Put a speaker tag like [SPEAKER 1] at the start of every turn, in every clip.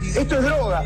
[SPEAKER 1] Esto es droga.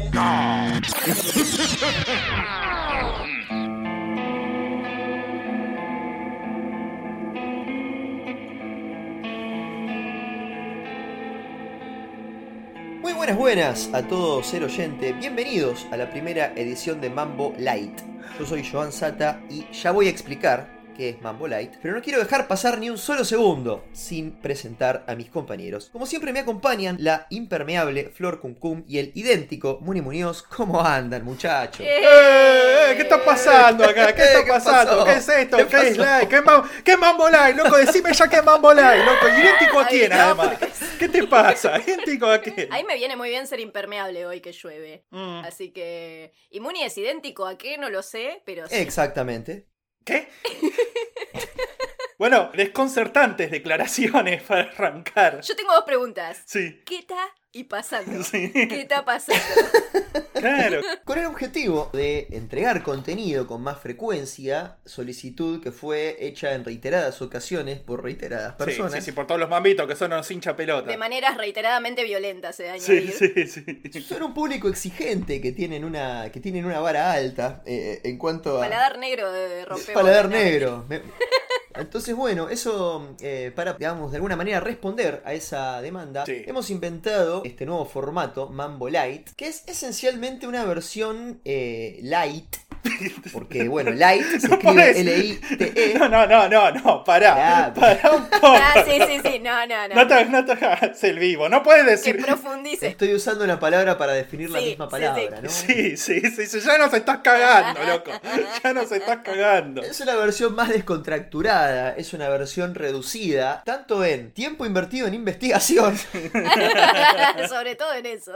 [SPEAKER 2] Muy buenas, buenas a todos, ser oyente. Bienvenidos a la primera edición de Mambo Light. Yo soy Joan Sata y ya voy a explicar qué es Mambo Light, pero no quiero dejar pasar ni un solo segundo sin presentar a mis compañeros. Como siempre me acompañan la impermeable Flor Cuncum y el idéntico Muni Muñoz. ¿Cómo andan, muchachos?
[SPEAKER 3] ¡Eh! eh, ¿Qué está pasando acá? ¿Qué está
[SPEAKER 2] ¿Qué
[SPEAKER 3] pasando?
[SPEAKER 2] pasó?
[SPEAKER 3] ¿Qué es esto?
[SPEAKER 2] ¿Qué
[SPEAKER 3] ¿Qué, es
[SPEAKER 2] pasó?
[SPEAKER 3] like? ¿Qué, mam ¿Qué mambo like, loco? Decime ya qué mambo like, loco. Idéntico a quién,
[SPEAKER 4] Ay, no,
[SPEAKER 3] además. ¿Qué te pasa? Idéntico a quién.
[SPEAKER 4] Ahí me viene muy bien ser impermeable hoy que llueve.
[SPEAKER 3] Mm.
[SPEAKER 4] Así que. Y Muni es idéntico a qué, no lo sé, pero sí.
[SPEAKER 2] Exactamente.
[SPEAKER 3] ¿Qué? Bueno, desconcertantes declaraciones para arrancar.
[SPEAKER 4] Yo tengo dos preguntas.
[SPEAKER 3] Sí.
[SPEAKER 4] ¿Qué está y pasando?
[SPEAKER 3] Sí.
[SPEAKER 4] ¿Qué está pasando?
[SPEAKER 3] Claro.
[SPEAKER 2] Con el objetivo de entregar contenido con más frecuencia, solicitud que fue hecha en reiteradas ocasiones por reiteradas
[SPEAKER 3] Sí,
[SPEAKER 2] personas.
[SPEAKER 3] sí, sí, por todos los mambitos que son unos hincha pelota.
[SPEAKER 4] De maneras reiteradamente violentas se daña.
[SPEAKER 3] Sí, sí, sí.
[SPEAKER 2] Son un público exigente que tienen una, que tienen una vara alta eh, en cuanto a.
[SPEAKER 4] Paladar negro de romper.
[SPEAKER 2] Paladar negro. Me- Entonces, bueno, eso eh, para, digamos, de alguna manera responder a esa demanda,
[SPEAKER 3] Sí.
[SPEAKER 2] hemos inventado este nuevo formato, Mambo Light, que es esencialmente una versión eh, light, porque, bueno, light se
[SPEAKER 3] No
[SPEAKER 2] escribe
[SPEAKER 3] podés.
[SPEAKER 2] L-I-T-E.
[SPEAKER 3] No, no, no, no, no, pará.
[SPEAKER 2] Pará.
[SPEAKER 3] Pará un poco.
[SPEAKER 4] Ah, sí, sí, sí. No, no, no.
[SPEAKER 3] No te, no te hagas el vivo, no puedes
[SPEAKER 4] que
[SPEAKER 3] decir.
[SPEAKER 4] profundice.
[SPEAKER 2] Estoy usando una palabra para definir la
[SPEAKER 4] Sí,
[SPEAKER 2] misma
[SPEAKER 4] sí,
[SPEAKER 2] palabra,
[SPEAKER 4] sí.
[SPEAKER 2] ¿no?
[SPEAKER 3] Sí, sí, sí, sí, ya nos estás cagando, loco. Ya nos estás cagando.
[SPEAKER 2] Es una versión más descontracturada, es una versión reducida, tanto en tiempo invertido en investigación.
[SPEAKER 4] Sobre todo en eso.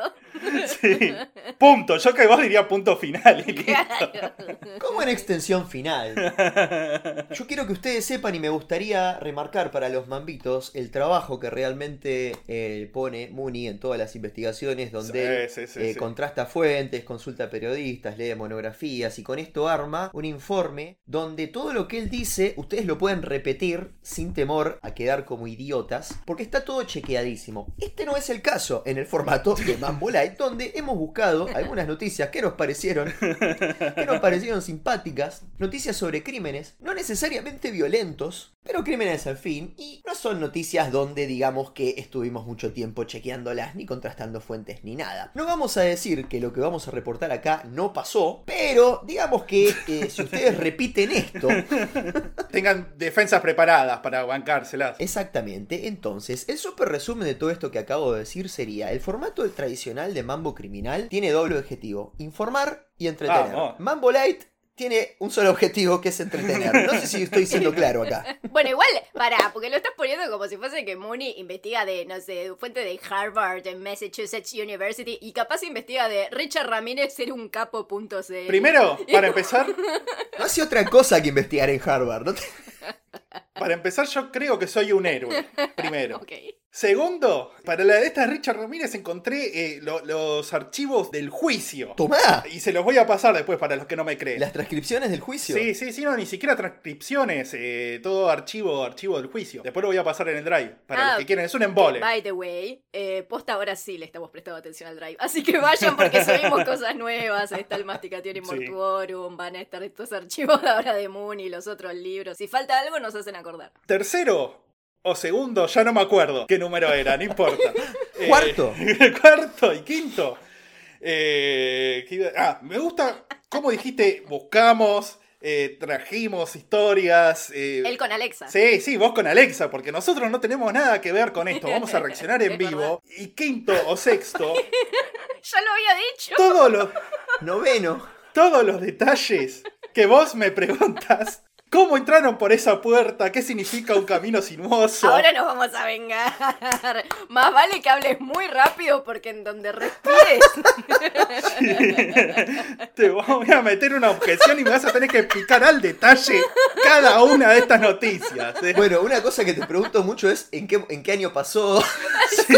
[SPEAKER 3] Sí. Punto, yo que vos diría punto final. y que-
[SPEAKER 2] Como en extensión final. Yo quiero que ustedes sepan y me gustaría remarcar para los mambitos el trabajo que realmente eh, pone Muni en todas las investigaciones donde
[SPEAKER 3] Sí, sí, sí,
[SPEAKER 2] eh,
[SPEAKER 3] sí.
[SPEAKER 2] contrasta fuentes, consulta periodistas, lee monografías y con esto arma un informe donde todo lo que él dice ustedes lo pueden repetir sin temor a quedar como idiotas porque está todo chequeadísimo. Este no es el caso en el formato de Mambo Light donde hemos buscado algunas noticias que nos parecieron que nos parecieron simpáticas, noticias sobre crímenes, no necesariamente violentos, pero crímenes al fin, y no son noticias donde digamos que estuvimos mucho tiempo chequeándolas ni contrastando fuentes ni nada. No vamos a decir que lo que vamos a reportar acá no pasó, pero digamos que eh, si ustedes repiten esto,
[SPEAKER 3] Tengan defensas preparadas para bancárselas.
[SPEAKER 2] Exactamente, entonces, el super resumen de todo esto que acabo de decir sería, el formato tradicional de Mambo Criminal tiene doble objetivo, informar y entretener.
[SPEAKER 3] Vamos.
[SPEAKER 2] Mambo Light tiene un solo objetivo que es entretener. No sé si estoy siendo claro acá.
[SPEAKER 4] Bueno, igual, pará, porque lo estás poniendo como si fuese que Mooney investiga de, no sé, fuente de Harvard, de Massachusetts University, y capaz investiga de Richard Ramírez ser un capo.c.
[SPEAKER 3] Primero, para empezar,
[SPEAKER 2] No hace otra cosa que investigar en Harvard. ¿no?
[SPEAKER 3] para empezar yo creo que soy un héroe. Primero.
[SPEAKER 4] Ok.
[SPEAKER 3] Segundo, para la de esta Richard Ramírez encontré eh, lo- los archivos del juicio.
[SPEAKER 2] Tomá.
[SPEAKER 3] Y se los voy a pasar después para los que no me creen.
[SPEAKER 2] Las transcripciones del juicio.
[SPEAKER 3] Sí, sí, sí, no, ni siquiera transcripciones, eh, todo archivo, archivo del juicio. Después lo voy a pasar en el drive, para
[SPEAKER 4] Ah,
[SPEAKER 3] los que quieren, es un embole.
[SPEAKER 4] By the way, eh, posta ahora sí le estamos prestando atención al drive. Así que vayan porque subimos cosas nuevas. Está el Mastication in
[SPEAKER 3] Sí.
[SPEAKER 4] Mortuorum, van a estar estos archivos de ahora de Mooney, los otros libros. Si falta algo, nos hacen acordar.
[SPEAKER 3] Tercero o segundo, ya no me acuerdo qué número era, no importa. Eh,
[SPEAKER 2] Cuarto.
[SPEAKER 3] cuarto y quinto. Eh, ¿qué iba- ah, me gusta cómo dijiste, buscamos, eh, trajimos historias. eh,
[SPEAKER 4] Él con Alexa.
[SPEAKER 3] Sí, sí, vos con Alexa, porque nosotros no tenemos nada que ver con esto. Vamos a reaccionar en
[SPEAKER 4] Es
[SPEAKER 3] vivo. Y quinto o sexto,
[SPEAKER 4] Ya lo había dicho.
[SPEAKER 3] todos los,
[SPEAKER 2] Noveno.
[SPEAKER 3] todos los detalles que vos me preguntas. ¿Cómo entraron por esa puerta? ¿Qué significa un camino sinuoso?
[SPEAKER 4] Ahora nos vamos a vengar. Más vale que hables muy rápido porque en donde respires.
[SPEAKER 3] Te voy a meter una objeción y me vas a tener que explicar al detalle cada una de estas noticias. ¿eh?
[SPEAKER 2] Bueno, una cosa que te pregunto mucho es en qué, en qué año pasó.
[SPEAKER 4] Sí,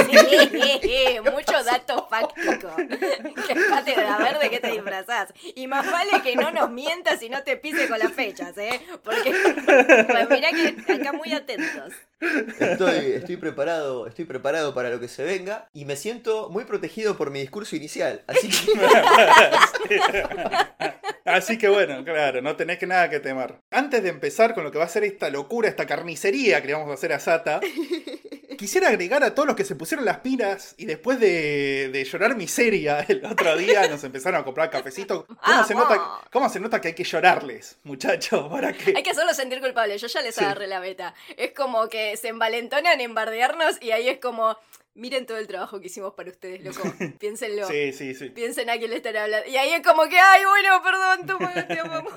[SPEAKER 4] Mucho dato fáctico. Que cátedra a ver de qué te disfrazás. Y más vale que no nos mientas y no te pise con las fechas, ¿eh? Porque pues mirá que acá muy atentos.
[SPEAKER 2] Estoy, estoy preparado, estoy preparado para lo que se venga y me siento muy protegido por mi discurso inicial. Así que
[SPEAKER 3] Así que bueno, claro, no tenés que nada que temer. Antes de empezar con lo que va a ser esta locura, esta carnicería que le vamos a hacer a Sata, quisiera agregar a todos los que se pusieron las pilas y después de, de llorar miseria el otro día nos empezaron a comprar cafecito. ¿Cómo se,
[SPEAKER 4] Vamos.
[SPEAKER 3] nota, ¿Cómo se nota que hay que llorarles, muchachos? Para que...
[SPEAKER 4] Hay que hacerlos sentir culpables. Yo ya les
[SPEAKER 3] Sí.
[SPEAKER 4] agarré la beta. Es como que se envalentonan en bardearnos y ahí es como, miren todo el trabajo que hicimos para ustedes, loco. Piénsenlo.
[SPEAKER 3] Sí, sí, sí.
[SPEAKER 4] Piensen a quién le están hablando. Y ahí es como que, ay, bueno, perdón, toma, te amamos.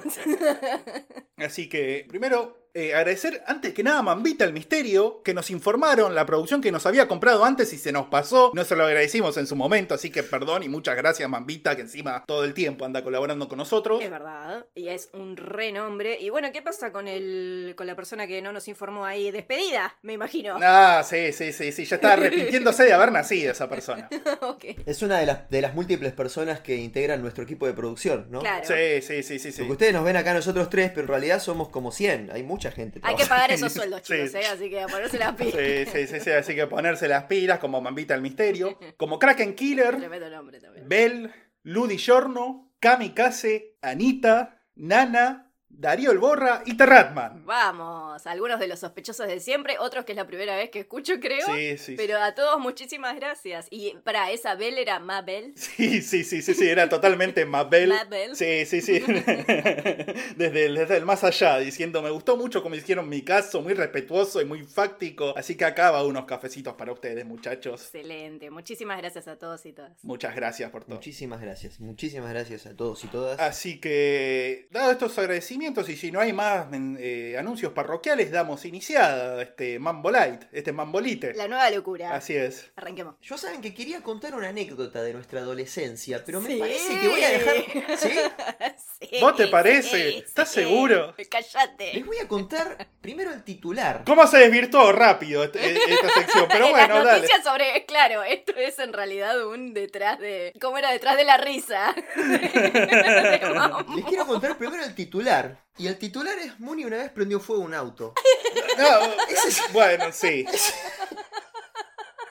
[SPEAKER 3] Así que, primero, eh, agradecer antes que nada a Mambita el Misterio, que nos informaron la producción que nos había comprado antes y se nos pasó. No se lo agradecimos en su momento, así que perdón y muchas gracias, Mambita, que encima todo el tiempo anda colaborando con nosotros.
[SPEAKER 4] Es verdad, y es un renombre. Y bueno, ¿qué pasa con el con la persona que no nos informó ahí? Despedida, me imagino.
[SPEAKER 3] Ah, sí, sí, sí, sí, ya está arrepintiéndose de haber nacido esa persona.
[SPEAKER 4] Ok,
[SPEAKER 2] es una de las, de las múltiples personas que integran nuestro equipo de producción, ¿no?
[SPEAKER 4] claro.
[SPEAKER 3] Sí, sí, sí, sí, sí.
[SPEAKER 2] Porque ustedes nos ven acá nosotros tres, pero en realidad somos como 100. Hay mucha gente.
[SPEAKER 4] Hay que
[SPEAKER 2] trabajando.
[SPEAKER 4] pagar esos sueldos, chicos,
[SPEAKER 3] Sí.
[SPEAKER 4] ¿eh? así que a ponerse la pilas.
[SPEAKER 3] Sí, sí, sí, sí, así que ponerse las pilas como Mambita el Misterio, como Kraken Killer,
[SPEAKER 4] Tremendo nombre también.
[SPEAKER 3] Bell, Ludi Giorno, Kamikaze, Anita, Nana, Darío el Borra y Terratman.
[SPEAKER 4] Vamos, algunos de los sospechosos de siempre, otros que es la primera vez que escucho, creo.
[SPEAKER 3] Sí, sí, sí.
[SPEAKER 4] Pero a todos muchísimas gracias. Y para esa Bel era Mabel.
[SPEAKER 3] Sí, sí, sí, sí, sí, era totalmente Mabel.
[SPEAKER 4] Mabel.
[SPEAKER 3] Sí, sí, sí. Desde el, desde el más allá, diciendo, me gustó mucho como hicieron mi caso, muy respetuoso y muy fáctico. Así que acá va unos cafecitos para ustedes, muchachos.
[SPEAKER 4] Excelente. Muchísimas gracias a todos y todas.
[SPEAKER 3] Muchas gracias por todo.
[SPEAKER 2] Muchísimas gracias. Muchísimas gracias a todos y todas.
[SPEAKER 3] Así que, dados estos agradecimientos y si no hay más men- eh, anuncios parroquiales, damos iniciada este Mambo Light, este Mambolite.
[SPEAKER 4] La nueva locura.
[SPEAKER 3] Así es.
[SPEAKER 4] Arranquemos.
[SPEAKER 2] Yo saben que quería contar una anécdota de nuestra adolescencia, pero me
[SPEAKER 4] Sí.
[SPEAKER 2] parece que voy a dejar. ¿Sí?
[SPEAKER 4] Sí,
[SPEAKER 3] ¿Vos te parece?
[SPEAKER 4] sí,
[SPEAKER 3] ¿Estás
[SPEAKER 4] sí.
[SPEAKER 3] seguro?
[SPEAKER 4] Cállate.
[SPEAKER 2] Les voy a contar primero el titular.
[SPEAKER 3] ¿Cómo se desvirtuó rápido este- esta sección? Pero bueno,
[SPEAKER 4] Las
[SPEAKER 3] dale.
[SPEAKER 4] noticias sobre, claro, esto es en realidad un detrás de, ¿cómo era? Detrás de la risa. De Mambo.
[SPEAKER 2] Les quiero contar primero el titular. Y el titular es Muni una vez prendió fuego un auto.
[SPEAKER 3] No, bueno, sí.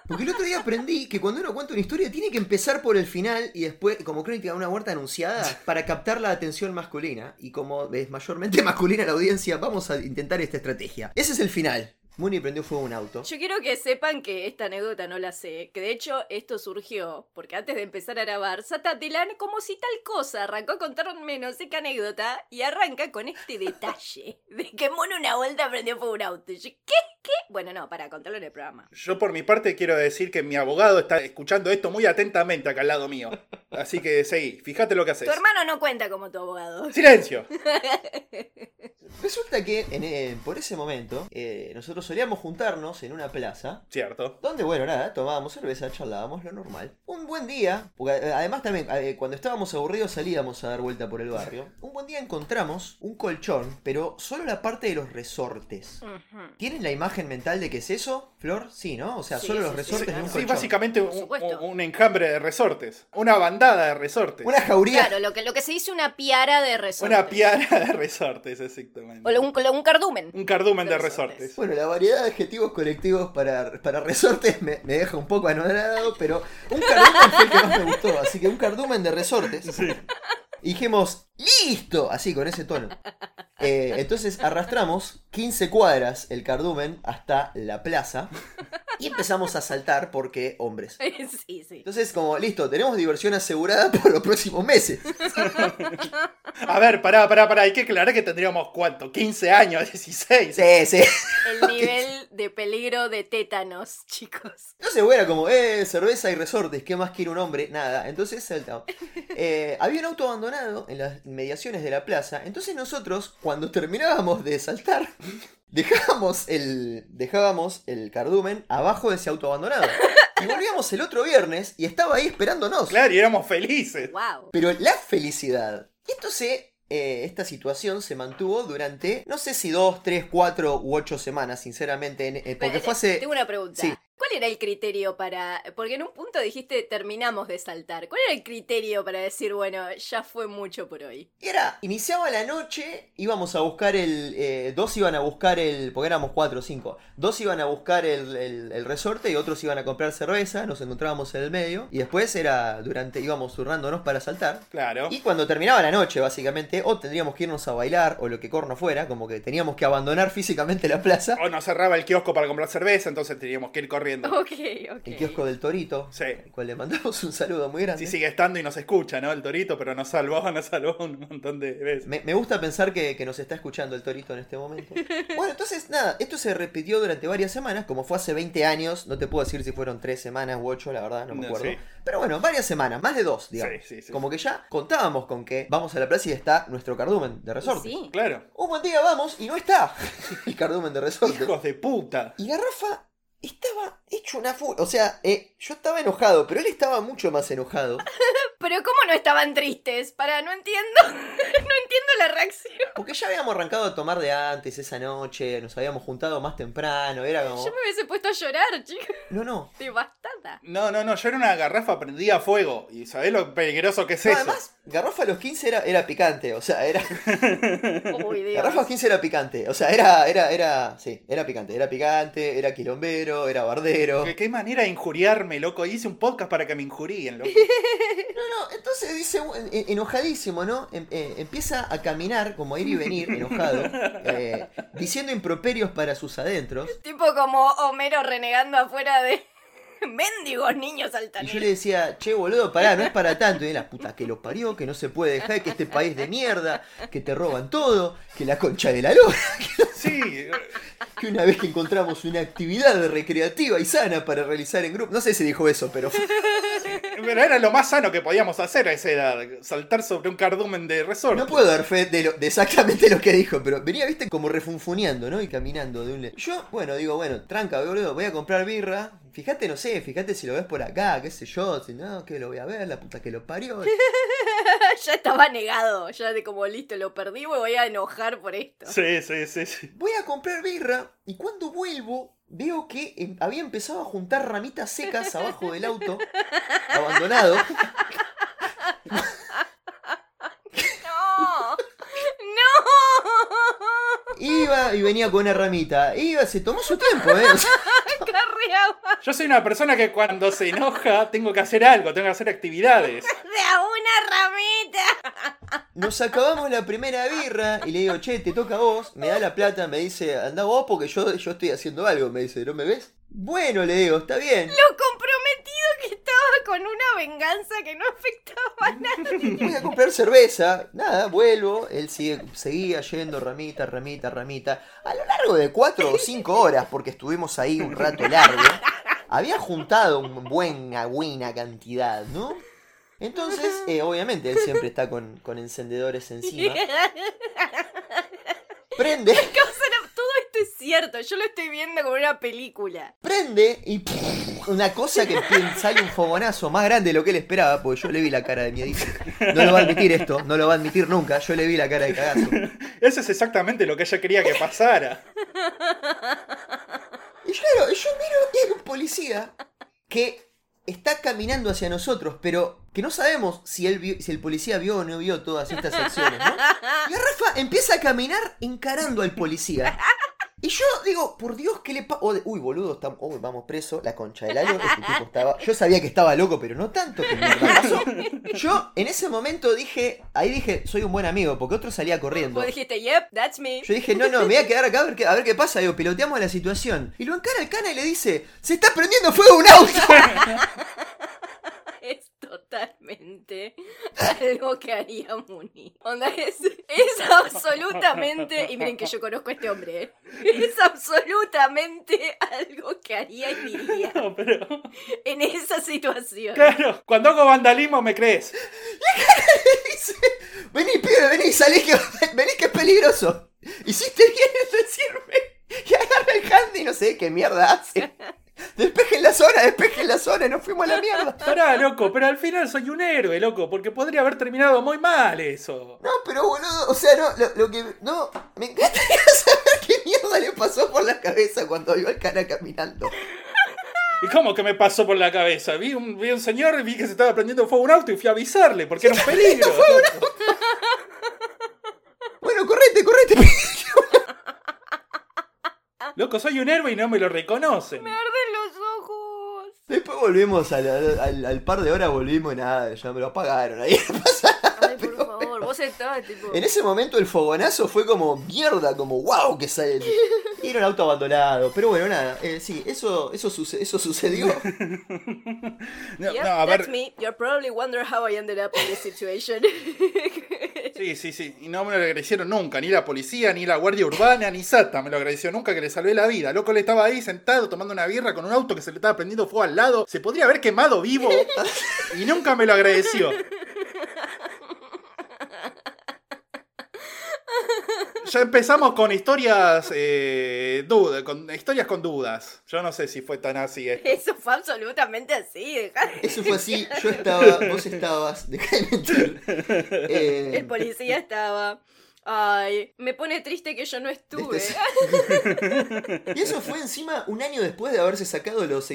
[SPEAKER 2] Porque el otro día aprendí que cuando uno cuenta una historia tiene que empezar por el final y después, como crónica de una huerta anunciada, para captar la atención masculina. Y como es mayormente masculina la audiencia, vamos a intentar esta estrategia. Ese es el final. Muni prendió fuego un auto.
[SPEAKER 4] Yo quiero que sepan que esta anécdota no la sé, que de hecho esto surgió porque antes de empezar a grabar, Sata Dylan como si tal cosa arrancó a contarme no sé qué anécdota y arranca con este detalle de que Mono una vuelta prendió por un auto. Y yo, ¿qué? ¿Qué? Bueno, no, para contarlo en el programa.
[SPEAKER 3] Yo por mi parte quiero decir que mi abogado está escuchando esto muy atentamente acá al lado mío. Así que seguí, fíjate lo que haces.
[SPEAKER 4] Tu hermano no cuenta como tu abogado.
[SPEAKER 3] Silencio.
[SPEAKER 2] Resulta que en, eh, por ese momento eh, nosotros solíamos juntarnos en una plaza
[SPEAKER 3] Cierto.
[SPEAKER 2] Donde, bueno, nada, tomábamos cerveza, charlábamos, lo normal. Un buen día, porque, eh, además también, eh, cuando estábamos aburridos salíamos a dar vuelta por el barrio. Un buen día encontramos un colchón, pero solo la parte de los resortes.
[SPEAKER 4] Ujú.
[SPEAKER 2] ¿Tienen la imagen mental de qué es eso, Flor? Sí, ¿no? O sea,
[SPEAKER 4] Sí,
[SPEAKER 2] solo
[SPEAKER 4] sí,
[SPEAKER 2] los
[SPEAKER 4] sí,
[SPEAKER 2] resortes de un
[SPEAKER 3] Sí,
[SPEAKER 2] colchón.
[SPEAKER 3] básicamente
[SPEAKER 4] Por
[SPEAKER 3] un,
[SPEAKER 4] supuesto.
[SPEAKER 3] un- un enjambre de resortes. Una bandada de resortes.
[SPEAKER 2] Una jauría.
[SPEAKER 4] Claro, lo que, lo que se dice una piara de resortes.
[SPEAKER 3] Una piara de resortes, exactamente.
[SPEAKER 4] O lo- un, lo- un cardumen.
[SPEAKER 2] Mm.
[SPEAKER 3] Un cardumen de
[SPEAKER 4] de resortes.
[SPEAKER 3] resortes.
[SPEAKER 2] Bueno, la variedad de adjetivos colectivos para, para resortes me, me deja un poco anonadado, pero un cardumen fue el que más me gustó, así que un cardumen de resortes. Y dijimos, ¡listo! Así, con ese tono. Eh, entonces arrastramos 15 cuadras el cardumen hasta la plaza y empezamos a saltar porque hombres.
[SPEAKER 4] Sí, sí.
[SPEAKER 2] Entonces, como, listo, tenemos diversión asegurada por los próximos meses.
[SPEAKER 3] A ver, pará, pará, pará. Hay que aclarar que tendríamos cuánto, 15 años, 16.
[SPEAKER 2] Sí, sí.
[SPEAKER 4] El nivel de peligro de tétanos, chicos.
[SPEAKER 2] Entonces, bueno, era como, eh, cerveza y resortes, ¿qué más quiere un hombre? Nada, entonces saltamos. Eh, había un auto abandonado en las mediaciones de la plaza, entonces nosotros, cuando terminábamos de saltar, dejábamos el, dejábamos el cardumen abajo de ese auto abandonado. Y volvíamos el otro viernes y estaba ahí esperándonos.
[SPEAKER 3] Claro, y éramos felices.
[SPEAKER 4] Wow.
[SPEAKER 2] Pero la felicidad. Esto se. eh, esta situación se mantuvo durante, no sé si dos, tres, cuatro u ocho semanas, sinceramente, en- eh, porque fue hace...
[SPEAKER 4] Tengo una pregunta.
[SPEAKER 2] Sí.
[SPEAKER 4] ¿Cuál era el criterio para.? Porque en un punto dijiste terminamos de saltar. ¿Cuál era el criterio para decir, bueno, ya fue mucho por hoy?
[SPEAKER 2] Era, iniciaba la noche, íbamos a buscar el. eh, dos iban a buscar el. Porque éramos cuatro o cinco. Dos iban a buscar el, el- el resorte y otros iban a comprar cerveza. Nos encontrábamos en el medio. Y después era durante. íbamos turnándonos para saltar.
[SPEAKER 3] Claro.
[SPEAKER 2] Y cuando terminaba la noche, básicamente, o tendríamos que irnos a bailar, o lo que corno fuera, como que teníamos que abandonar físicamente la plaza.
[SPEAKER 3] O nos cerraba el kiosco para comprar cerveza, entonces teníamos que ir corriendo.
[SPEAKER 4] Ok, ok.
[SPEAKER 2] El kiosco del Torito,
[SPEAKER 3] Sí.
[SPEAKER 2] al cual le mandamos un saludo muy grande.
[SPEAKER 3] Sí sigue estando y nos escucha, ¿no? El torito, pero nos salvó, nos salvó un montón de veces.
[SPEAKER 2] Me, me gusta pensar que, que nos está escuchando el torito en este momento. Bueno, entonces nada, esto se repitió durante varias semanas, como fue hace 20 años, no te puedo decir si fueron 3 semanas u 8, la verdad, no me
[SPEAKER 3] No,
[SPEAKER 2] acuerdo.
[SPEAKER 3] sí.
[SPEAKER 2] Pero bueno, varias semanas, más de 2, digamos.
[SPEAKER 3] Sí, sí, sí.
[SPEAKER 2] Como que ya contábamos con que vamos a la plaza y está nuestro cardumen de resorte.
[SPEAKER 4] Sí.
[SPEAKER 3] Claro.
[SPEAKER 2] Un buen día vamos y no está el cardumen de resorte.
[SPEAKER 3] Hijos de puta.
[SPEAKER 2] Y la Rafa estaba hecho una furia. O sea, eh, yo estaba enojado, pero él estaba mucho más enojado.
[SPEAKER 4] Pero ¿cómo no estaban tristes? Para, no entiendo. no entiendo la reacción.
[SPEAKER 2] Porque ya habíamos arrancado a tomar de antes esa noche, nos habíamos juntado más temprano, era como...
[SPEAKER 4] Yo me hubiese puesto a llorar, chicos.
[SPEAKER 2] No, no.
[SPEAKER 4] Devastada.
[SPEAKER 3] No, no, no, yo era una garrafa prendida a fuego. ¿Y sabés lo peligroso que es
[SPEAKER 2] No,
[SPEAKER 3] eso?
[SPEAKER 2] además, Garrafa a los 15 era, era picante, o sea, era...
[SPEAKER 4] Uy, Dios.
[SPEAKER 2] Garrafa a los 15 era picante, o sea, era, era, era... Sí, era picante, era picante, era quilombero, era bardero.
[SPEAKER 3] ¿Qué, qué manera de injuriarme, loco. Hice un podcast para que me injurien, loco.
[SPEAKER 2] No, no, entonces dice, en- en- enojadísimo, ¿no? Em- eh, empieza a caminar, como a ir y venir, enojado, eh, diciendo improperios para sus adentros.
[SPEAKER 4] Tipo como Homero renegando afuera de. Mendigos niños
[SPEAKER 2] Y yo
[SPEAKER 4] altaneros.
[SPEAKER 2] le decía, che, boludo, pará, no es para tanto. Y la puta que lo parió, que no se puede dejar, que este país de mierda, que te roban todo, que la concha de la lora,
[SPEAKER 3] Sí, eh,
[SPEAKER 2] que una vez que encontramos una actividad recreativa y sana para realizar en grupo. No sé si dijo eso, pero
[SPEAKER 3] pero era lo más sano que podíamos hacer a esa edad. Saltar sobre un cardumen de resorte.
[SPEAKER 2] no puedo dar fe de, lo- de exactamente lo que dijo. Pero venía, viste, como refunfuneando, ¿no? Y caminando de un le- Yo, bueno, digo, bueno, tranca, boludo, voy a comprar birra. Fíjate, no sé, fíjate si lo ves por acá, qué sé yo, si no, que lo voy a ver, la puta que lo parió.
[SPEAKER 4] ya estaba negado. Ya de como listo, lo perdí, me voy a enojar por esto.
[SPEAKER 3] Sí, sí, sí, sí.
[SPEAKER 2] Voy a comprar birra y cuando vuelvo veo que em- había empezado a juntar ramitas secas abajo del auto, abandonado.
[SPEAKER 4] ¡No! ¡No!
[SPEAKER 2] Iba y venía con una ramita. Iba, se tomó su tiempo, ¿eh? O sea,
[SPEAKER 4] Carreaba
[SPEAKER 3] Yo soy una persona que cuando se enoja tengo que hacer algo, tengo que hacer actividades.
[SPEAKER 4] de a una ramita.
[SPEAKER 2] nos acabamos la primera birra y le digo, che, te toca a vos. Me da la plata, me dice, anda vos porque yo, yo estoy haciendo algo. Me dice, ¿no me ves? Bueno, le digo, está bien.
[SPEAKER 4] Lo comprometido que estaba con una venganza que no afectaba a nadie.
[SPEAKER 2] Voy a comprar cerveza. Nada, vuelvo. Él sigue, seguía yendo ramita, ramita, ramita. A lo largo de cuatro o cinco horas, porque estuvimos ahí un rato largo, había juntado un buena, buena cantidad, ¿no? Entonces, eh, obviamente, él siempre está con, con encendedores encima. Prende,
[SPEAKER 4] Causa- Todo esto es cierto. Yo lo estoy viendo como una película.
[SPEAKER 2] prende y una cosa que pim, sale un fogonazo más grande de lo que él esperaba, porque yo le vi la cara de miedo. No lo va a admitir esto, no lo va a admitir nunca. Yo le vi la cara de cagazo.
[SPEAKER 3] Eso es exactamente lo que ella quería que pasara.
[SPEAKER 2] Y claro, yo miro y hay un policía que está caminando hacia nosotros, pero que no sabemos si, él vio- si el policía vio o no vio todas estas acciones, ¿no? Y Rafa empieza a caminar encarando al policía. Y yo digo, por Dios, ¿qué le pasa? Uy, boludo, estamos, uy, vamos preso, la concha del año, este tipo estaba... Yo sabía que estaba loco, pero no tanto que mierda pasó. Yo en ese momento dije, ahí dije, soy un buen amigo, porque otro salía corriendo.
[SPEAKER 4] Vos dijiste, yep, that's me.
[SPEAKER 2] Yo dije, no, no, me voy a quedar acá a ver qué, a ver qué pasa. Digo, piloteamos la situación. Y lo encara el cana y le dice, se está prendiendo fuego un auto.
[SPEAKER 4] Es totalmente algo que haría Muni. Onda, es, es absolutamente. Y miren que yo conozco a este hombre. ¿eh? Es absolutamente algo que haría y diría
[SPEAKER 3] No, pero.
[SPEAKER 4] en esa situación.
[SPEAKER 3] Claro, cuando hago vandalismo me crees.
[SPEAKER 2] Y dice, vení, pibe, vení, salí que, vení que es peligroso. Hiciste bien en decirme. Y agarra el handy y no sé qué mierda hace. Despejen la zona, despejen la zona, nos fuimos a la mierda.
[SPEAKER 3] Pará, loco, pero al final soy un héroe, loco, porque podría haber terminado muy mal eso.
[SPEAKER 2] No, pero boludo, o sea, no, lo, lo que. No, me encantaría saber qué mierda le pasó por la cabeza cuando vio al cana caminando.
[SPEAKER 3] ¿Y cómo que me pasó por la cabeza? Vi un, vi un señor y vi que se estaba prendiendo fuego un auto y fui a avisarle porque era un peligro.
[SPEAKER 2] Bueno, correte, correte.
[SPEAKER 3] Loco, soy un héroe y no me lo reconocen.
[SPEAKER 4] Me arden los ojos.
[SPEAKER 2] Después volvimos al, al- al par de horas, volvimos y nada, ya me lo apagaron ahí.
[SPEAKER 4] Ay, por favor, vos estás, tipo.
[SPEAKER 2] En ese momento el fogonazo fue como mierda, como wow que sale. Y Era un auto abandonado. Pero bueno, nada, eh, sí, eso, eso, suce- eso sucedió.
[SPEAKER 3] No,
[SPEAKER 4] Yep,
[SPEAKER 3] no, a
[SPEAKER 4] that's
[SPEAKER 3] ver.
[SPEAKER 4] me. You're probably wonder how I ended up in this situation.
[SPEAKER 3] Sí, sí, sí. Y no me lo agradecieron nunca, ni la policía, ni la guardia urbana, ni Sata me lo agradeció nunca que le salvé la vida. Loco, le estaba ahí sentado tomando una birra con un auto que se le estaba prendiendo fuego al lado. Se podría haber quemado vivo y nunca me lo agradeció. Ya empezamos con historias eh, duda- con historias con dudas. Yo no sé si fue tan así eh. esto.
[SPEAKER 4] Eso fue absolutamente así. dejá-
[SPEAKER 2] Eso fue así, yo estaba, vos estabas, dejá de mentir. Eh,
[SPEAKER 4] El policía estaba. Ay, me pone triste que yo no estuve.
[SPEAKER 2] este es- y eso fue encima un año después de haberse sacado los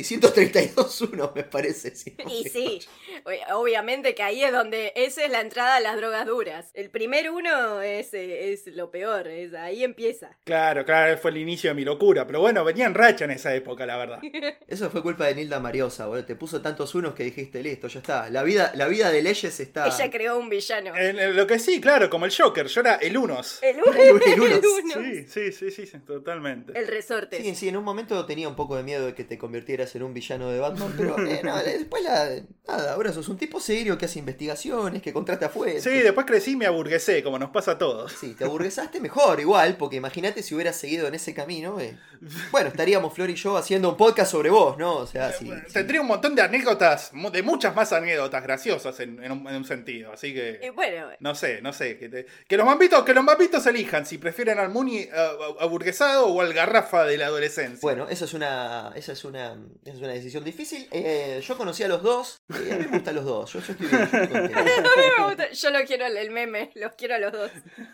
[SPEAKER 2] 632-1, me parece. sí.
[SPEAKER 4] Y sí, o- obviamente que ahí es donde esa es la entrada a las drogas duras. El primer uno es, eh, es lo peor, es, ahí empieza.
[SPEAKER 3] Claro, claro, fue el inicio de mi locura. Pero bueno, venía en racha en esa época, la verdad.
[SPEAKER 2] Eso fue culpa de Nilda Mariosa, boludo. Te puso tantos unos que dijiste, listo, ya está. La vida, la vida de leyes está.
[SPEAKER 4] Ella creó un villano.
[SPEAKER 3] En- en lo que sí, claro, como el Joker, yo era el unos.
[SPEAKER 4] El uno.
[SPEAKER 2] El uno, el
[SPEAKER 4] El,
[SPEAKER 2] uno.
[SPEAKER 4] uno.
[SPEAKER 3] Sí, sí, sí, sí, sí, totalmente.
[SPEAKER 4] El resorte.
[SPEAKER 2] Sí, sí, en un momento tenía un poco de miedo de que te convirtieras en un villano de Batman, pero eh, no, después la, nada, ahora sos un tipo serio que hace investigaciones, que contrata fuentes.
[SPEAKER 3] Sí, después crecí y me aburguesé, como nos pasa a todos.
[SPEAKER 2] Sí, te aburguesaste mejor igual, porque imagínate si hubieras seguido en ese camino. eh, Bueno, estaríamos Flor y yo haciendo un podcast sobre vos, ¿no? O sea, sí. sí.
[SPEAKER 3] Tendría un montón de anécdotas, mu- de muchas más anécdotas graciosas en, en un, en un sentido, así
[SPEAKER 4] Y
[SPEAKER 3] que...
[SPEAKER 4] bueno,
[SPEAKER 3] No sé, no sé. Que, te- que los mambitos, que los mambitos elijan si prefieren al Muni a- a- aburguesado o al garrafa de la adolescencia.
[SPEAKER 2] Bueno, esa es una, esa es una, esa es una decisión difícil. Eh, yo conocí a los dos, eh, a mí me gustan los dos, yo, yo estoy bien, yo estoy contento.
[SPEAKER 4] a mí me gusta- Yo lo quiero el- el meme, los quiero a los dos.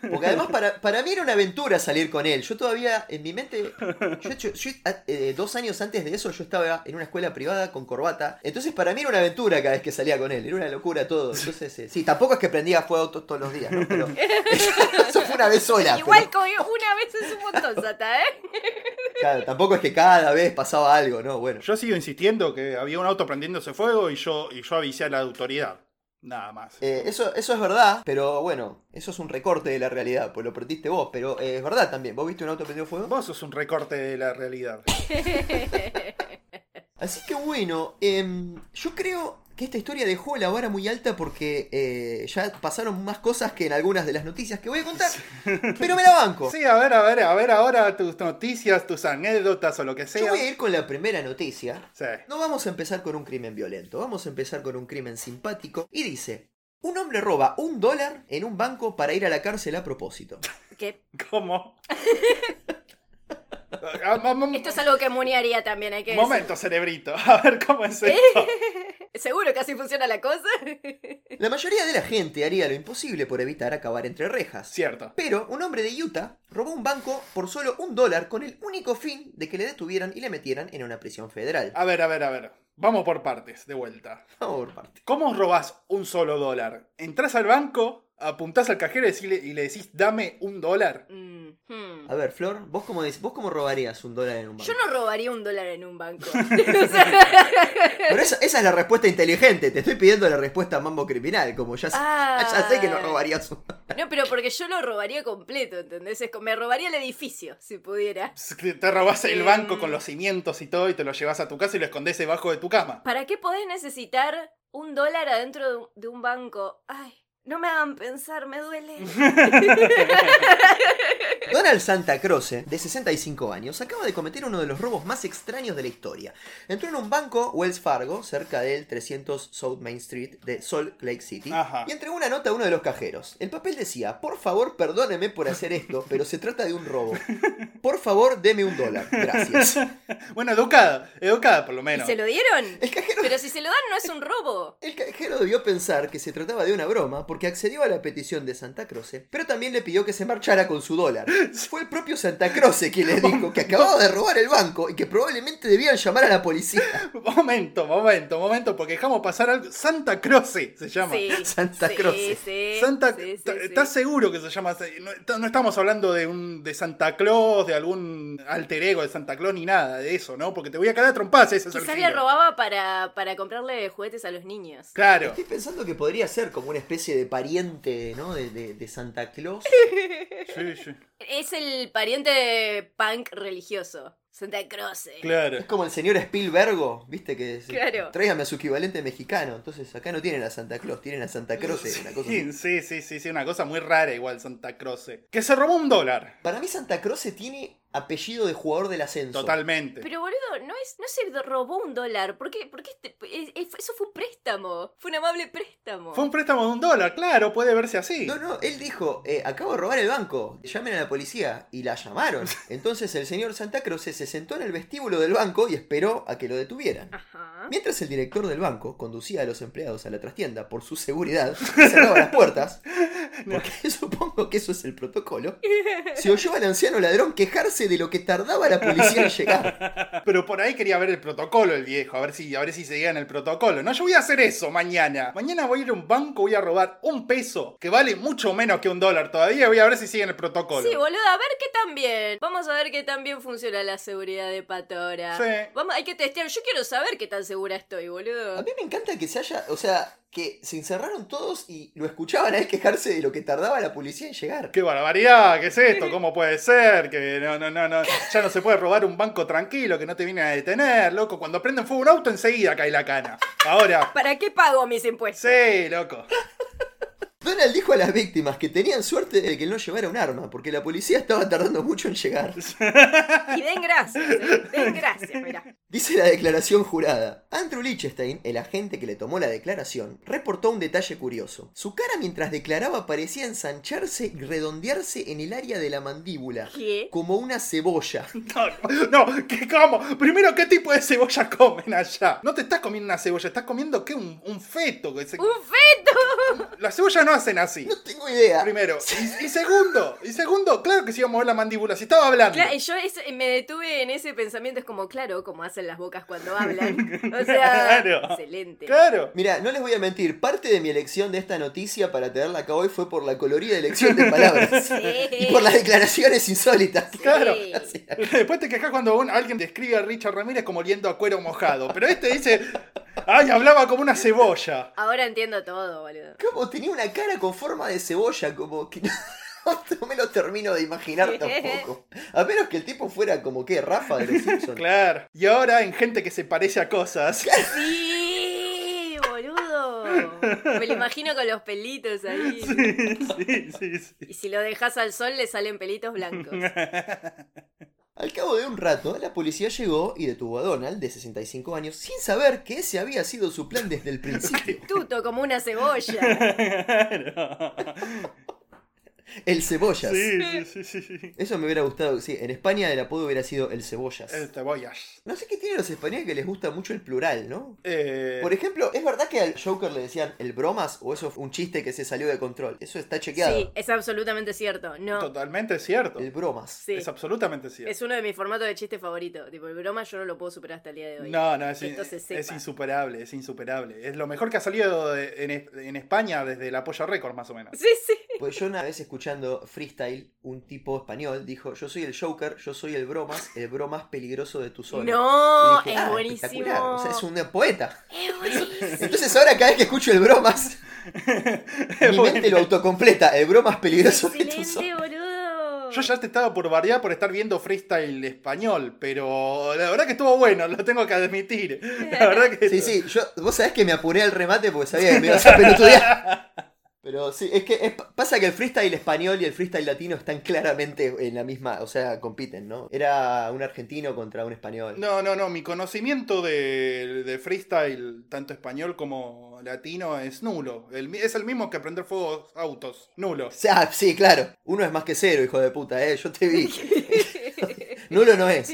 [SPEAKER 2] Porque además para, para mí era una aventura salir con él. Yo todavía, en mi mente, yo, yo- yo, eh, dos años antes de eso yo estaba en una escuela privada con corbata. Entonces para mí era una aventura cada vez que salía con él. Era una locura todo. Entonces, eh, sí, tampoco es que prendía fuego to- todos los días, ¿no? Pero eso fue una vez sola.
[SPEAKER 4] Igual
[SPEAKER 2] pero,
[SPEAKER 4] como una vez es un montón, Sata, ¿eh?
[SPEAKER 2] claro, tampoco es que cada vez pasaba algo, ¿no? Bueno.
[SPEAKER 3] Yo sigo insistiendo que había un auto prendiéndose fuego y yo, y yo avisé a la autoridad. Nada más.
[SPEAKER 2] Eh, eso, eso es verdad, pero bueno, eso es un recorte de la realidad, pues lo perdiste vos, pero eh, es verdad también. ¿Vos viste un auto prendido fuego?
[SPEAKER 3] Vos sos un recorte de la realidad.
[SPEAKER 2] Así que bueno, em, yo creo que esta historia dejó la vara muy alta porque eh, ya pasaron más cosas que en algunas de las noticias que voy a contar, pero me la banco.
[SPEAKER 3] Sí, a ver, a ver, a ver ahora tus noticias, tus anécdotas o lo que
[SPEAKER 2] Yo
[SPEAKER 3] sea.
[SPEAKER 2] voy a ir con la primera noticia.
[SPEAKER 3] Sí.
[SPEAKER 2] No vamos a empezar con un crimen violento, vamos a empezar con un crimen simpático. Y dice, un hombre roba un dólar en un banco para ir a la cárcel a propósito.
[SPEAKER 4] Que
[SPEAKER 3] ¿Cómo? Ah, mo- mo-
[SPEAKER 4] esto es algo que Muni haría también, hay que decir.
[SPEAKER 3] Momento, cerebrito. A ver cómo es esto.
[SPEAKER 4] ¿Seguro que así funciona la cosa?
[SPEAKER 2] La mayoría de la gente haría lo imposible por evitar acabar entre rejas.
[SPEAKER 3] Cierto.
[SPEAKER 2] Pero un hombre de Utah robó un banco por solo un dólar con el único fin de que le detuvieran y le metieran en una prisión federal.
[SPEAKER 3] A ver, a ver, a ver. Vamos por partes, de vuelta.
[SPEAKER 2] Vamos por parte.
[SPEAKER 3] ¿Cómo robás un solo dólar? Entrás al banco, apuntás al cajero y decile- y le decís, dame un dólar.
[SPEAKER 4] Mm, hmm.
[SPEAKER 2] A ver, Flor, ¿vos cómo, decís- ¿vos cómo robarías un dólar en un banco?
[SPEAKER 4] Yo no robaría un dólar en un banco. O sea,
[SPEAKER 2] Pero esa, esa es la respuesta inteligente. Te estoy pidiendo la respuesta a mambo criminal. Como ya, sé-
[SPEAKER 4] Ah.
[SPEAKER 2] ya sé que no robarías un
[SPEAKER 4] no, pero porque yo lo robaría completo, ¿entendés? Es como- me robaría el edificio, si pudiera.
[SPEAKER 3] Te robás el
[SPEAKER 4] Em.
[SPEAKER 3] banco con los cimientos y todo y te lo llevas a tu casa y lo escondés debajo de tu cama.
[SPEAKER 4] ¿Para qué podés necesitar un dólar adentro de un- de un banco? Ay, no me hagan pensar, me duele.
[SPEAKER 2] Donald Santa Croce, de 65 años, acaba de cometer uno de los robos más extraños de la historia. Entró en un banco Wells Fargo, cerca del 300 South Main Street de Salt Lake City,
[SPEAKER 3] Ajá.
[SPEAKER 2] y entregó una nota a uno de los cajeros. El papel decía, por favor, perdóneme por hacer esto, pero se trata de un robo. Por favor, deme un dólar. Gracias.
[SPEAKER 3] Bueno, educada, educada por lo
[SPEAKER 4] ¿Y
[SPEAKER 3] menos.
[SPEAKER 4] se lo dieron?
[SPEAKER 2] El cajero,
[SPEAKER 4] Pero si se lo dan no es un robo.
[SPEAKER 2] el cajero debió pensar que se trataba de una broma, porque accedió a la petición de Santa Croce, pero también le pidió que se marchara con su dólar. Fue el propio Santa Croce quien le dijo que acababa de robar el banco y que probablemente debían llamar a la policía.
[SPEAKER 3] Momento, momento, momento, porque dejamos pasar algo. Santa Croce se llama.
[SPEAKER 4] Sí,
[SPEAKER 2] Santa
[SPEAKER 4] sí,
[SPEAKER 2] Croce.
[SPEAKER 4] sí,
[SPEAKER 3] Santa,
[SPEAKER 4] sí, sí, sí.
[SPEAKER 3] ¿estás seguro que se llama? así? No, no estamos hablando de un de Santa Claus, de algún alter ego de Santa Claus ni nada de eso, ¿no? Porque te voy a cagar a trompas, ese es el
[SPEAKER 4] Quizá
[SPEAKER 3] giro.
[SPEAKER 4] le robaba para, para comprarle juguetes a los niños.
[SPEAKER 3] Claro.
[SPEAKER 2] Estoy pensando que podría ser como una especie de pariente, ¿no? De, de- de Santa Claus.
[SPEAKER 3] Sí, sí.
[SPEAKER 4] Es el pariente de punk religioso. Santa Croce.
[SPEAKER 3] Claro.
[SPEAKER 2] Es como el señor Spielbergo, ¿viste? Que se-
[SPEAKER 4] Claro.
[SPEAKER 2] tráigame a su equivalente mexicano. Entonces acá no tienen a Santa Claus, tienen a Santa Croce. Una cosa
[SPEAKER 3] Sí,
[SPEAKER 2] así.
[SPEAKER 3] sí, sí, sí, sí, una cosa muy rara igual Santa Croce. Que se robó un dólar.
[SPEAKER 2] Para mí Santa Croce tiene apellido de jugador del ascenso.
[SPEAKER 3] Totalmente.
[SPEAKER 4] Pero boludo, no es, no se robó un dólar. ¿Por qué? Porque este, es- es- eso fue un préstamo. Fue un amable préstamo.
[SPEAKER 3] Fue un préstamo de un dólar, claro, puede verse así.
[SPEAKER 2] No, no, él dijo, eh, acabo de robar el banco, llamen a la policía. Y la llamaron. Entonces el señor Santa Croce se sentó en el vestíbulo del banco y esperó a que lo detuvieran.
[SPEAKER 4] Ajá.
[SPEAKER 2] Mientras el director del banco conducía a los empleados a la trastienda por su seguridad, cerraba las puertas, porque supongo que eso es el protocolo, se oyó al anciano ladrón quejarse de lo que tardaba la policía en llegar.
[SPEAKER 3] Pero por ahí quería ver el protocolo el viejo, a ver si, a ver si seguía en el protocolo. No, yo voy a hacer eso mañana. Mañana voy a ir a un banco, voy a robar un peso, que vale mucho menos que un dólar todavía, voy a ver si sigue en el protocolo.
[SPEAKER 4] Sí, boludo, a ver qué tan bien. Vamos a ver qué tan bien funciona la seguridad de Patora.
[SPEAKER 3] Sí.
[SPEAKER 4] Vamos, hay que testear. Yo quiero saber qué tan segura estoy,
[SPEAKER 2] A
[SPEAKER 4] boludo.
[SPEAKER 2] mí me encanta que se haya, o sea, que se encerraron todos y lo escuchaban a él quejarse de lo que tardaba la policía en llegar.
[SPEAKER 3] ¡Qué barbaridad! ¿Qué es esto? ¿Cómo puede ser? Que no, no, no, no. Ya no se puede robar un banco tranquilo, que no te vienen a detener, loco. Cuando prenden fuego un auto, enseguida cae la cana. Ahora.
[SPEAKER 4] ¿Para qué pago mis impuestos?
[SPEAKER 3] Sí, loco.
[SPEAKER 2] Donald dijo a las víctimas que tenían suerte de que él no llevara un arma, porque la policía estaba tardando mucho en llegar.
[SPEAKER 4] Y den gracias, eh. den gracias, mirá.
[SPEAKER 2] Dice la declaración jurada. Andrew Lichtenstein, el agente que le tomó la declaración, reportó un detalle curioso. Su cara mientras declaraba parecía ensancharse y redondearse en el área de la mandíbula,
[SPEAKER 4] ¿Qué?
[SPEAKER 2] como una cebolla.
[SPEAKER 3] No, no, ¿qué como? Primero, ¿qué tipo de cebolla comen allá? No te estás comiendo una cebolla, estás comiendo qué? Un, un feto. que se-
[SPEAKER 4] ¡Un feto!
[SPEAKER 3] Las cebollas no hacen así.
[SPEAKER 2] No tengo idea.
[SPEAKER 3] Primero. Y, y segundo, y segundo, claro que se iba a mover la mandíbula, si estaba hablando.
[SPEAKER 4] Cla- yo es- me detuve en ese pensamiento, es como, claro, como hacen las bocas cuando hablan. O sea,
[SPEAKER 3] Claro.
[SPEAKER 4] excelente.
[SPEAKER 3] Claro.
[SPEAKER 2] Mira, no les voy a mentir, parte de mi elección de esta noticia para tenerla acá hoy fue por la colorida elección de palabras
[SPEAKER 4] Sí.
[SPEAKER 2] y por las declaraciones insólitas.
[SPEAKER 3] Claro.
[SPEAKER 4] Sí.
[SPEAKER 3] Después te quejas cuando un- alguien describe a Richard Ramírez como oliendo a cuero mojado. Pero este dice, ay, hablaba como una cebolla.
[SPEAKER 4] Ahora entiendo todo, boludo.
[SPEAKER 2] Como tenía una cara con forma de cebolla, como que no, no me lo termino de imaginar tampoco. A menos que el tipo fuera como que Rafa de los Simpsons.
[SPEAKER 3] Claro. Y ahora en gente que se parece a cosas.
[SPEAKER 4] Sí, boludo. Me lo imagino con los pelitos ahí.
[SPEAKER 3] Sí, sí, sí.
[SPEAKER 4] Y si lo dejas al sol le salen pelitos blancos.
[SPEAKER 2] Al cabo de un rato, la policía llegó y detuvo a Donald, de 65 años, sin saber que ese había sido su plan desde el principio.
[SPEAKER 4] Tuto como una cebolla.
[SPEAKER 2] El cebollas.
[SPEAKER 3] Sí, sí, sí, sí.
[SPEAKER 2] Eso me hubiera gustado, sí, en España el apodo hubiera sido el cebollas.
[SPEAKER 3] El cebollas.
[SPEAKER 2] No sé qué tienen los españoles que les gusta mucho el plural, ¿no?
[SPEAKER 3] Eh,
[SPEAKER 2] Por ejemplo, ¿es verdad que al Joker le decían el bromas o eso fue un chiste que se salió de control? Eso está chequeado.
[SPEAKER 4] Sí, es absolutamente cierto. No.
[SPEAKER 3] totalmente cierto.
[SPEAKER 2] El bromas.
[SPEAKER 4] Sí.
[SPEAKER 3] Es absolutamente cierto.
[SPEAKER 4] Es uno de mis formatos de chiste favorito. Tipo, el broma yo no lo puedo superar hasta el día de hoy.
[SPEAKER 3] No, no, es,
[SPEAKER 4] Que esto se sepa.
[SPEAKER 3] es insuperable, es insuperable. Es lo mejor que ha salido de- en, es- en España desde la Polla Record, más o menos.
[SPEAKER 4] Sí, sí.
[SPEAKER 2] Pues yo una vez escuchando freestyle, un tipo español dijo, yo soy el Joker, yo soy el bromas, el bromas peligroso de tu zona.
[SPEAKER 4] No,
[SPEAKER 2] Y dije,
[SPEAKER 4] es
[SPEAKER 2] "Ah, espectacular,
[SPEAKER 4] buenísimo.
[SPEAKER 2] O sea, es un poeta.
[SPEAKER 4] Es buenísimo.
[SPEAKER 2] Entonces ahora cada vez que escucho el bromas, mi mente lo autocompleta, el bromas peligroso de tu zona.
[SPEAKER 4] Excelente, boludo.
[SPEAKER 3] Yo ya te estaba por variar por estar viendo freestyle español, pero la verdad que estuvo bueno, lo tengo que admitir. La verdad que
[SPEAKER 2] Sí, sí, yo, vos sabés que me apuré al remate porque sabía que me ibas a pelotudear. Pero sí, es que es- pasa que el freestyle español y el freestyle latino están claramente en la misma, o sea, compiten, ¿no? Era un argentino contra un español.
[SPEAKER 3] No, no, no, mi conocimiento de, de freestyle, tanto español como latino, es nulo. El mi- es el mismo que aprender fuegos autos, nulo.
[SPEAKER 2] O sea, sí, claro. Uno es más que cero, hijo de puta, ¿eh? Yo te vi. Nulo no es.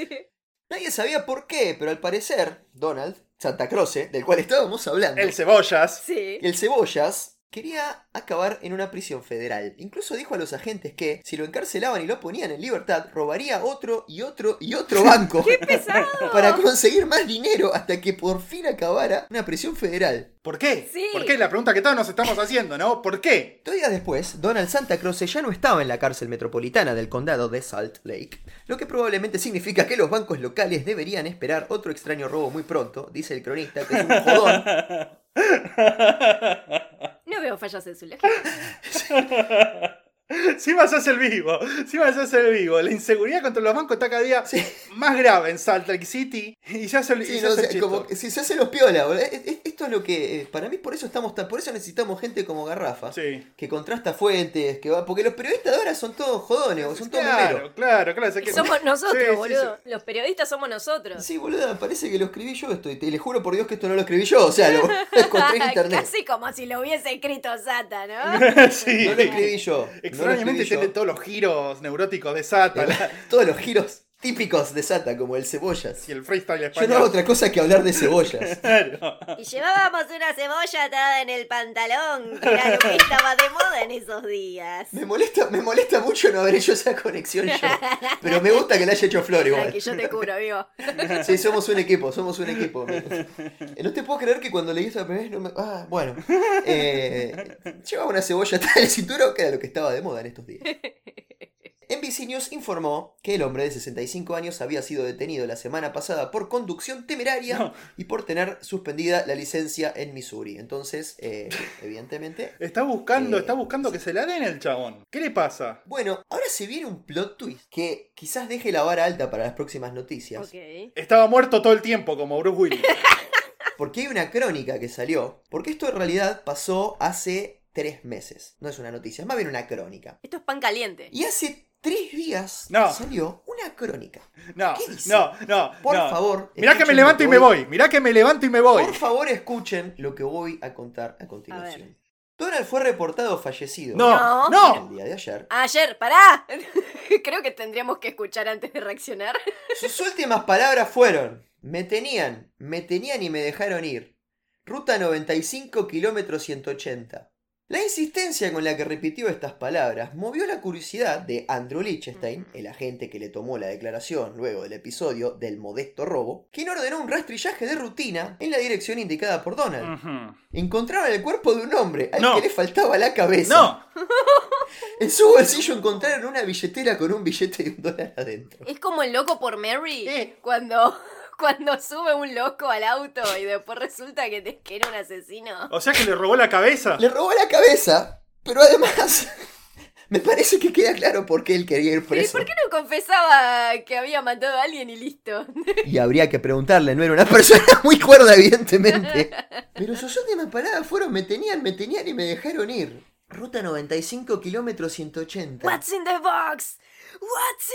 [SPEAKER 2] Nadie sabía por qué, pero al parecer, Donald, Santa Croce, del cual estábamos hablando,
[SPEAKER 3] El cebollas.
[SPEAKER 4] sí.
[SPEAKER 2] el cebollas, Quería acabar en una prisión federal. Incluso dijo a los agentes que, si lo encarcelaban y lo ponían en libertad, robaría otro y otro y otro banco
[SPEAKER 4] ¡Qué pesado!
[SPEAKER 2] para conseguir más dinero hasta que por fin acabara una prisión federal.
[SPEAKER 3] ¿Por qué?
[SPEAKER 4] Sí.
[SPEAKER 3] ¿Por qué? La pregunta que todos nos estamos haciendo, ¿no? ¿Por qué?
[SPEAKER 2] Dos días después, Donald Santa Croce ya no estaba en la cárcel metropolitana del condado de Salt Lake, lo que probablemente significa que los bancos locales deberían esperar otro extraño robo muy pronto, dice el cronista, que es un jodón.
[SPEAKER 4] No veo fallas en su lógica.
[SPEAKER 3] Si vas a ser vivo, si vas a ser vivo. La inseguridad contra los bancos está cada día
[SPEAKER 2] Sí.
[SPEAKER 3] más grave en Salt Lake City y ya se, y
[SPEAKER 2] Sí,
[SPEAKER 3] se
[SPEAKER 2] no, o
[SPEAKER 3] hace
[SPEAKER 2] sea,
[SPEAKER 3] el chiste.
[SPEAKER 2] como que si se hace los piola, boludo. Es- es- esto es lo que. eh, Para mí, por eso estamos tan. Por eso necesitamos gente como Garrafa.
[SPEAKER 3] Sí.
[SPEAKER 2] Que contrasta fuentes, que va. Porque los periodistas de ahora son todos jodones, boludo, son todos memeros.
[SPEAKER 3] Claro, claro, claro. sé
[SPEAKER 4] Y
[SPEAKER 3] que-
[SPEAKER 4] somos nosotros,
[SPEAKER 3] Sí, sí,
[SPEAKER 4] boludo. Los periodistas somos nosotros.
[SPEAKER 2] Sí, boluda, parece que lo escribí yo esto. Y te le juro por Dios que esto no lo escribí yo. O sea, lo, lo encontré en internet.
[SPEAKER 4] Casi como si lo hubiese escrito Sata, ¿no?
[SPEAKER 3] Sí.
[SPEAKER 2] No lo escribí yo. no lo
[SPEAKER 3] Extrañamente
[SPEAKER 2] escribí yo.
[SPEAKER 3] tiene todos los giros neuróticos de Sata la-
[SPEAKER 2] todos los giros típicos de Sata, como el cebollas.
[SPEAKER 3] y el freestyle
[SPEAKER 2] Yo no hago
[SPEAKER 3] español.
[SPEAKER 2] otra cosa que hablar de cebollas.
[SPEAKER 3] Claro.
[SPEAKER 4] Y llevábamos una cebolla atada en el pantalón, que era lo que estaba de moda en esos días.
[SPEAKER 2] Me molesta, me molesta mucho no haber hecho esa conexión yo. Pero me gusta que la haya hecho Flor igual.
[SPEAKER 4] Aquí yo te curo, amigo.
[SPEAKER 2] Sí, somos un equipo, somos un equipo. amigo. Eh, No te puedo creer que cuando leí esto la primera vez no me... Ah, bueno. Eh, llevaba una cebolla atada en el cinturón, que era lo que estaba de moda en estos días. NBC News informó que el hombre de 65 años había sido detenido la semana pasada por conducción temeraria
[SPEAKER 3] No.
[SPEAKER 2] y por tener suspendida la licencia en Missouri. Entonces, eh, evidentemente...
[SPEAKER 3] Está buscando,
[SPEAKER 2] Eh,
[SPEAKER 3] está buscando que se la den el chabón. ¿Qué le pasa?
[SPEAKER 2] Bueno, ahora se viene un plot twist que quizás deje la vara alta para las próximas noticias.
[SPEAKER 4] Ok.
[SPEAKER 3] Estaba muerto todo el tiempo, como Bruce Willis.
[SPEAKER 2] Porque hay una crónica que salió. Porque esto en realidad pasó hace tres meses. No es una noticia, es más bien una crónica.
[SPEAKER 4] Esto es pan caliente.
[SPEAKER 2] Y hace tres días
[SPEAKER 3] No.
[SPEAKER 2] salió una crónica.
[SPEAKER 3] No,
[SPEAKER 2] ¿Qué dice?
[SPEAKER 3] no, no.
[SPEAKER 2] Por
[SPEAKER 3] no.
[SPEAKER 2] favor.
[SPEAKER 3] Mirá que me
[SPEAKER 2] escuchen
[SPEAKER 3] levanto y
[SPEAKER 2] lo
[SPEAKER 3] me
[SPEAKER 2] que voy-
[SPEAKER 3] voy. Mirá que me levanto y me voy.
[SPEAKER 2] Por favor, escuchen lo que voy a contar a continuación. Donald fue reportado fallecido
[SPEAKER 3] No,
[SPEAKER 4] No.
[SPEAKER 2] el
[SPEAKER 3] no.
[SPEAKER 2] día de ayer.
[SPEAKER 4] Ayer, pará. Creo que tendríamos que escuchar antes de reaccionar.
[SPEAKER 2] Sus últimas palabras fueron: Me tenían, me tenían y me dejaron ir. Ruta 95, kilómetro 180. La insistencia con la que repitió estas palabras movió la curiosidad de Andrew Lichtenstein, el agente que le tomó la declaración luego del episodio del modesto robo, quien ordenó un rastrillaje de rutina en la dirección indicada por Donald.
[SPEAKER 3] Ujú.
[SPEAKER 2] Encontraron el cuerpo de un hombre al
[SPEAKER 3] Mm. No.
[SPEAKER 2] que le faltaba la cabeza.
[SPEAKER 3] No.
[SPEAKER 2] En su bolsillo encontraron una billetera con un billete de un dólar adentro.
[SPEAKER 4] Es como el loco por Mary.
[SPEAKER 3] Eh.
[SPEAKER 4] Cuando, cuando sube un loco al auto y después resulta que, te- que era un asesino.
[SPEAKER 3] O sea que le robó la cabeza.
[SPEAKER 2] Le robó la cabeza, pero además me parece que queda claro por qué él quería ir
[SPEAKER 4] Pero ¿y
[SPEAKER 2] preso.
[SPEAKER 4] por qué no confesaba que había matado a alguien y listo?
[SPEAKER 2] Y habría que preguntarle, no era una persona muy cuerda, evidentemente. Pero sus últimas palabras fueron, me tenían, me tenían y me dejaron ir. Ruta 95, kilómetro 180.
[SPEAKER 4] What's in the box? What's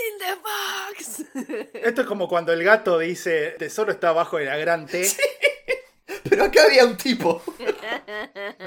[SPEAKER 4] in the box?
[SPEAKER 3] Esto es como cuando el gato dice, tesoro está abajo de la gran T.
[SPEAKER 2] Pero acá había un tipo.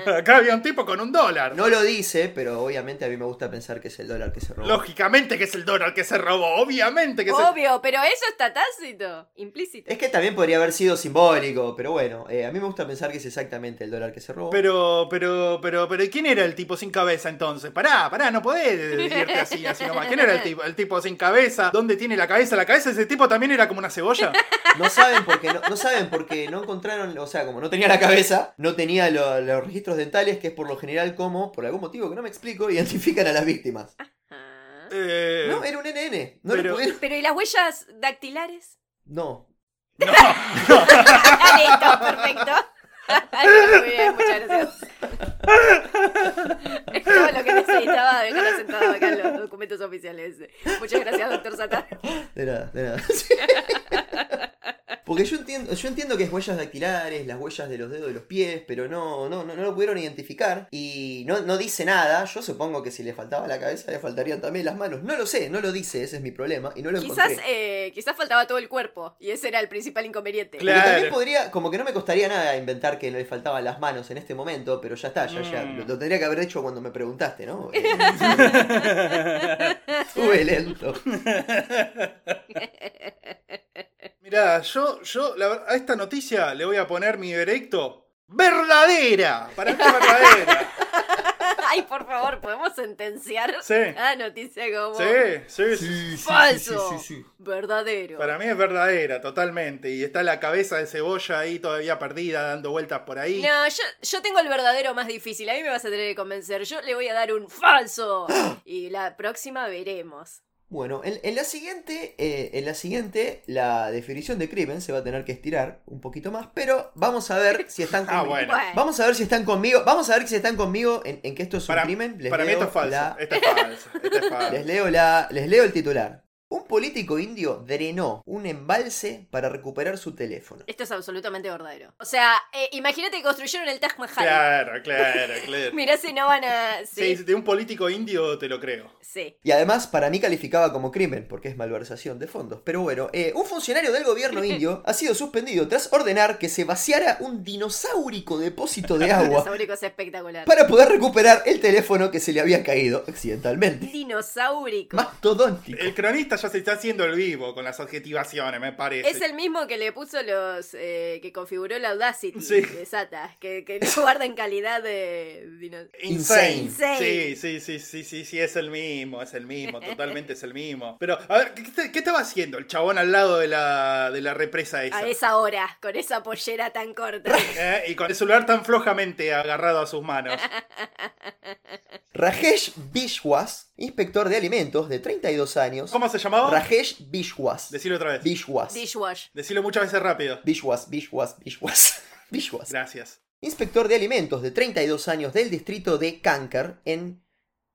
[SPEAKER 3] Acá había un tipo con un dólar.
[SPEAKER 2] No lo dice, pero obviamente a mí me gusta pensar que es el dólar que se robó.
[SPEAKER 3] Lógicamente que es el dólar que se robó. Obviamente que es el...
[SPEAKER 4] Obvio, pero eso está tácito, implícito.
[SPEAKER 2] Es que también podría haber sido simbólico, pero bueno, eh, a mí me gusta pensar que es exactamente el dólar que se robó.
[SPEAKER 3] Pero, pero, pero, pero, ¿y ¿quién era el tipo sin cabeza entonces? Pará, pará, no podés decirte así, así nomás. ¿Quién era el tipo? El tipo sin cabeza. ¿Dónde tiene la cabeza? ¿La cabeza de ese tipo también era como una cebolla?
[SPEAKER 2] No saben porque no, no saben porque no encontraron, o sea, como no tenía la cabeza, no tenía lo- los registros dentales, que es por lo general como, por algún motivo que no me explico, identifican a las víctimas.
[SPEAKER 4] Ah.
[SPEAKER 3] Eh,
[SPEAKER 2] No, era un NN. No
[SPEAKER 3] Pero-
[SPEAKER 2] lo pudieron.
[SPEAKER 4] Pero ¿y las huellas dactilares?
[SPEAKER 2] No.
[SPEAKER 4] Ah, listo, perfecto. Muy bien, muchas gracias. Es todo lo que necesitaba, dejarlo sentado acá en los documentos oficiales. Muchas gracias, doctor Sata.
[SPEAKER 2] De nada, de nada. Sí. Porque yo entiendo, yo entiendo que es huellas dactilares, las huellas de los dedos de los pies, pero no, no, no, no lo pudieron identificar. Y no, no dice nada. Yo supongo que si le faltaba la cabeza, le faltarían también las manos. No lo sé, no lo dice, ese es mi problema. Y no lo encontré.
[SPEAKER 4] Quizás, eh, quizás faltaba todo el cuerpo y ese era el principal inconveniente.
[SPEAKER 3] Claro.
[SPEAKER 2] Porque también podría, como que no me costaría nada inventar que no le faltaban las manos en este momento, pero ya está, ya, ya.
[SPEAKER 3] Mm.
[SPEAKER 2] Lo, lo tendría que haber hecho cuando me preguntaste, ¿no? Eh, Estuve lento.
[SPEAKER 3] Mirá, yo, yo, la ver- a esta noticia le voy a poner mi veredicto. ¡Verdadera! Para mí es verdadera.
[SPEAKER 4] Ay, por favor, podemos sentenciar
[SPEAKER 3] Sí.
[SPEAKER 4] a noticia como
[SPEAKER 3] Sí, sí, sí.
[SPEAKER 2] Sí, sí,
[SPEAKER 4] Falso.
[SPEAKER 2] sí, sí, sí.
[SPEAKER 4] verdadero.
[SPEAKER 3] Para mí es verdadera, totalmente. Y está la cabeza de cebolla ahí todavía perdida, dando vueltas por ahí.
[SPEAKER 4] No, yo, yo tengo el verdadero más difícil. A mí me vas a tener que convencer. Yo le voy a dar un falso. Y la próxima veremos.
[SPEAKER 2] Bueno, en, en la siguiente, eh, en la siguiente, la definición de crimen se va a tener que estirar un poquito más, pero vamos a ver si están
[SPEAKER 3] Ah,
[SPEAKER 2] conmigo.
[SPEAKER 3] bueno.
[SPEAKER 4] Bueno.
[SPEAKER 2] Vamos a ver si están conmigo. Vamos a ver si están conmigo en, en que esto es un
[SPEAKER 3] Para,
[SPEAKER 2] crimen. Les
[SPEAKER 3] para mí
[SPEAKER 2] leo
[SPEAKER 3] esto es falso.
[SPEAKER 2] la-
[SPEAKER 3] Esto es falso. Esto es falso.
[SPEAKER 2] les leo la. Les leo el titular. Un político indio drenó un embalse para recuperar su teléfono.
[SPEAKER 4] Esto es absolutamente verdadero. O sea, eh, imagínate que construyeron el Taj Mahal.
[SPEAKER 3] Claro, claro, claro.
[SPEAKER 4] Mirá si no van a.
[SPEAKER 3] Sí,
[SPEAKER 4] Sí.
[SPEAKER 3] de un político indio te lo creo.
[SPEAKER 4] sí.
[SPEAKER 2] Y además, para mí calificaba como crimen, porque es malversación de fondos. Pero bueno, eh, un funcionario del gobierno indio ha sido suspendido tras ordenar que se vaciara un dinosaurico depósito de agua
[SPEAKER 4] Dinosaurico es espectacular.
[SPEAKER 2] para poder recuperar el teléfono que se le había caído accidentalmente.
[SPEAKER 4] Dinosaurico.
[SPEAKER 2] Mastodóntico.
[SPEAKER 3] El cronista ya se está haciendo el vivo con las adjetivaciones, me parece.
[SPEAKER 4] Es el mismo que le puso los. eh, que configuró el Audacity
[SPEAKER 3] Sí.
[SPEAKER 4] de Sata. Que, que no guarda en calidad de. dino-
[SPEAKER 3] Insane.
[SPEAKER 4] Insane.
[SPEAKER 3] Sí, sí, sí, sí, sí, sí, es el mismo, es el mismo, totalmente es el mismo. Pero, a ver, ¿qué, te- qué estaba haciendo el chabón al lado de la, de la represa esa?
[SPEAKER 4] A esa hora, con esa pollera tan corta.
[SPEAKER 3] Eh, Y con el celular tan flojamente agarrado a sus manos.
[SPEAKER 2] Rajesh Vishwas, inspector de alimentos de 32 años.
[SPEAKER 3] ¿Cómo se llamaba?
[SPEAKER 2] Rajesh Vishwas.
[SPEAKER 3] Decilo otra vez.
[SPEAKER 2] Vishwas.
[SPEAKER 4] Dishwash.
[SPEAKER 3] Decilo muchas veces rápido.
[SPEAKER 2] Vishwas, Vishwas, Vishwas. Vishwas.
[SPEAKER 3] Gracias.
[SPEAKER 2] Inspector de alimentos de 32 años del distrito de Kankar en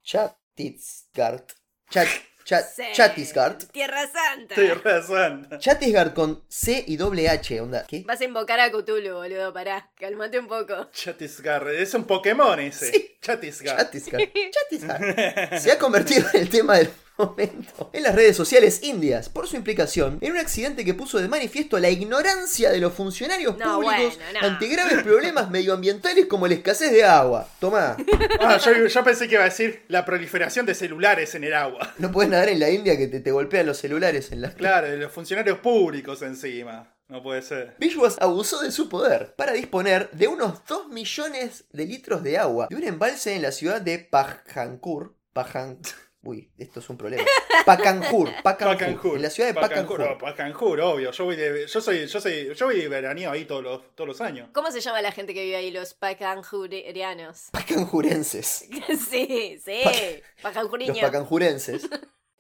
[SPEAKER 2] Chhattisgarh. Chat- Chat-
[SPEAKER 4] Sí.
[SPEAKER 2] Chhattisgarh.
[SPEAKER 4] Tierra Santa.
[SPEAKER 3] Estoy rezando.
[SPEAKER 2] Chhattisgarh con C y doble H, onda. ¿Qué?
[SPEAKER 4] Vas a invocar a Cthulhu, boludo, pará. Calmate un poco.
[SPEAKER 3] Chatisgar, es un Pokémon ese.
[SPEAKER 2] Sí.
[SPEAKER 3] Chatisgar.
[SPEAKER 2] Chhattisgarh. Chhattisgarh. Se ha convertido en el tema del momento en las redes sociales indias por su implicación en un accidente que puso de manifiesto la ignorancia de los funcionarios
[SPEAKER 4] No,
[SPEAKER 2] públicos
[SPEAKER 4] bueno, no.
[SPEAKER 2] ante graves problemas medioambientales como la escasez de agua. Tomá,
[SPEAKER 3] Ah, yo, yo pensé que iba a decir la proliferación de celulares en el agua.
[SPEAKER 2] no puedes nadar en la India que te, te golpean los celulares en la...
[SPEAKER 3] Claro, de los funcionarios públicos encima. No puede ser.
[SPEAKER 2] Visuals abusó de su poder para disponer de unos 2 millones de litros de agua de un embalse en la ciudad de Pajancur. Pajan... Uy, esto es un problema. Pacancur, Pacancur.
[SPEAKER 3] Pacancur.
[SPEAKER 2] En la ciudad de Pacancur.
[SPEAKER 3] oh, Pacancur, obvio. Yo voy de, yo soy, yo soy, yo voy de veraneo ahí todos los, todos los años.
[SPEAKER 4] ¿Cómo se llama la gente que vive ahí? Los pacanjurianos.
[SPEAKER 2] Pacanjurenses.
[SPEAKER 4] sí, sí.
[SPEAKER 2] Los
[SPEAKER 4] Pacanjuriños.
[SPEAKER 2] pacanjurenses.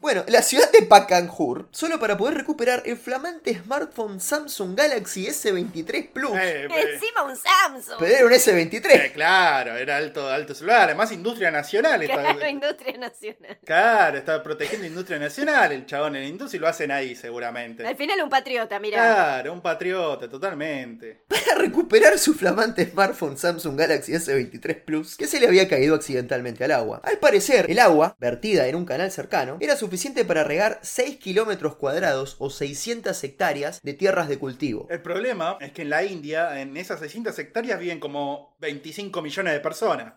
[SPEAKER 2] Bueno, la ciudad de Pacancur, solo para poder recuperar el flamante smartphone Samsung Galaxy S23 Plus.
[SPEAKER 3] Eh, eh,
[SPEAKER 4] Encima un Samsung.
[SPEAKER 2] Pero era un
[SPEAKER 3] eh,
[SPEAKER 2] S23.
[SPEAKER 3] claro, era alto, alto celular. Además, industria nacional.
[SPEAKER 4] Claro,
[SPEAKER 3] Está,
[SPEAKER 4] industria nacional.
[SPEAKER 3] claro, está protegiendo industria nacional el chabón en la industria y lo hacen ahí seguramente.
[SPEAKER 4] Al final un patriota, mira.
[SPEAKER 3] Claro, un patriota, totalmente.
[SPEAKER 2] Para recuperar su flamante smartphone Samsung Galaxy S23 Plus, que se le había caído accidentalmente al agua. Al parecer, el agua, vertida en un canal cercano, era suficiente para regar 6 kilómetros cuadrados o 600 hectáreas de tierras de cultivo.
[SPEAKER 3] El problema es que en la India, en esas 600 hectáreas, viven como 25 millones de personas.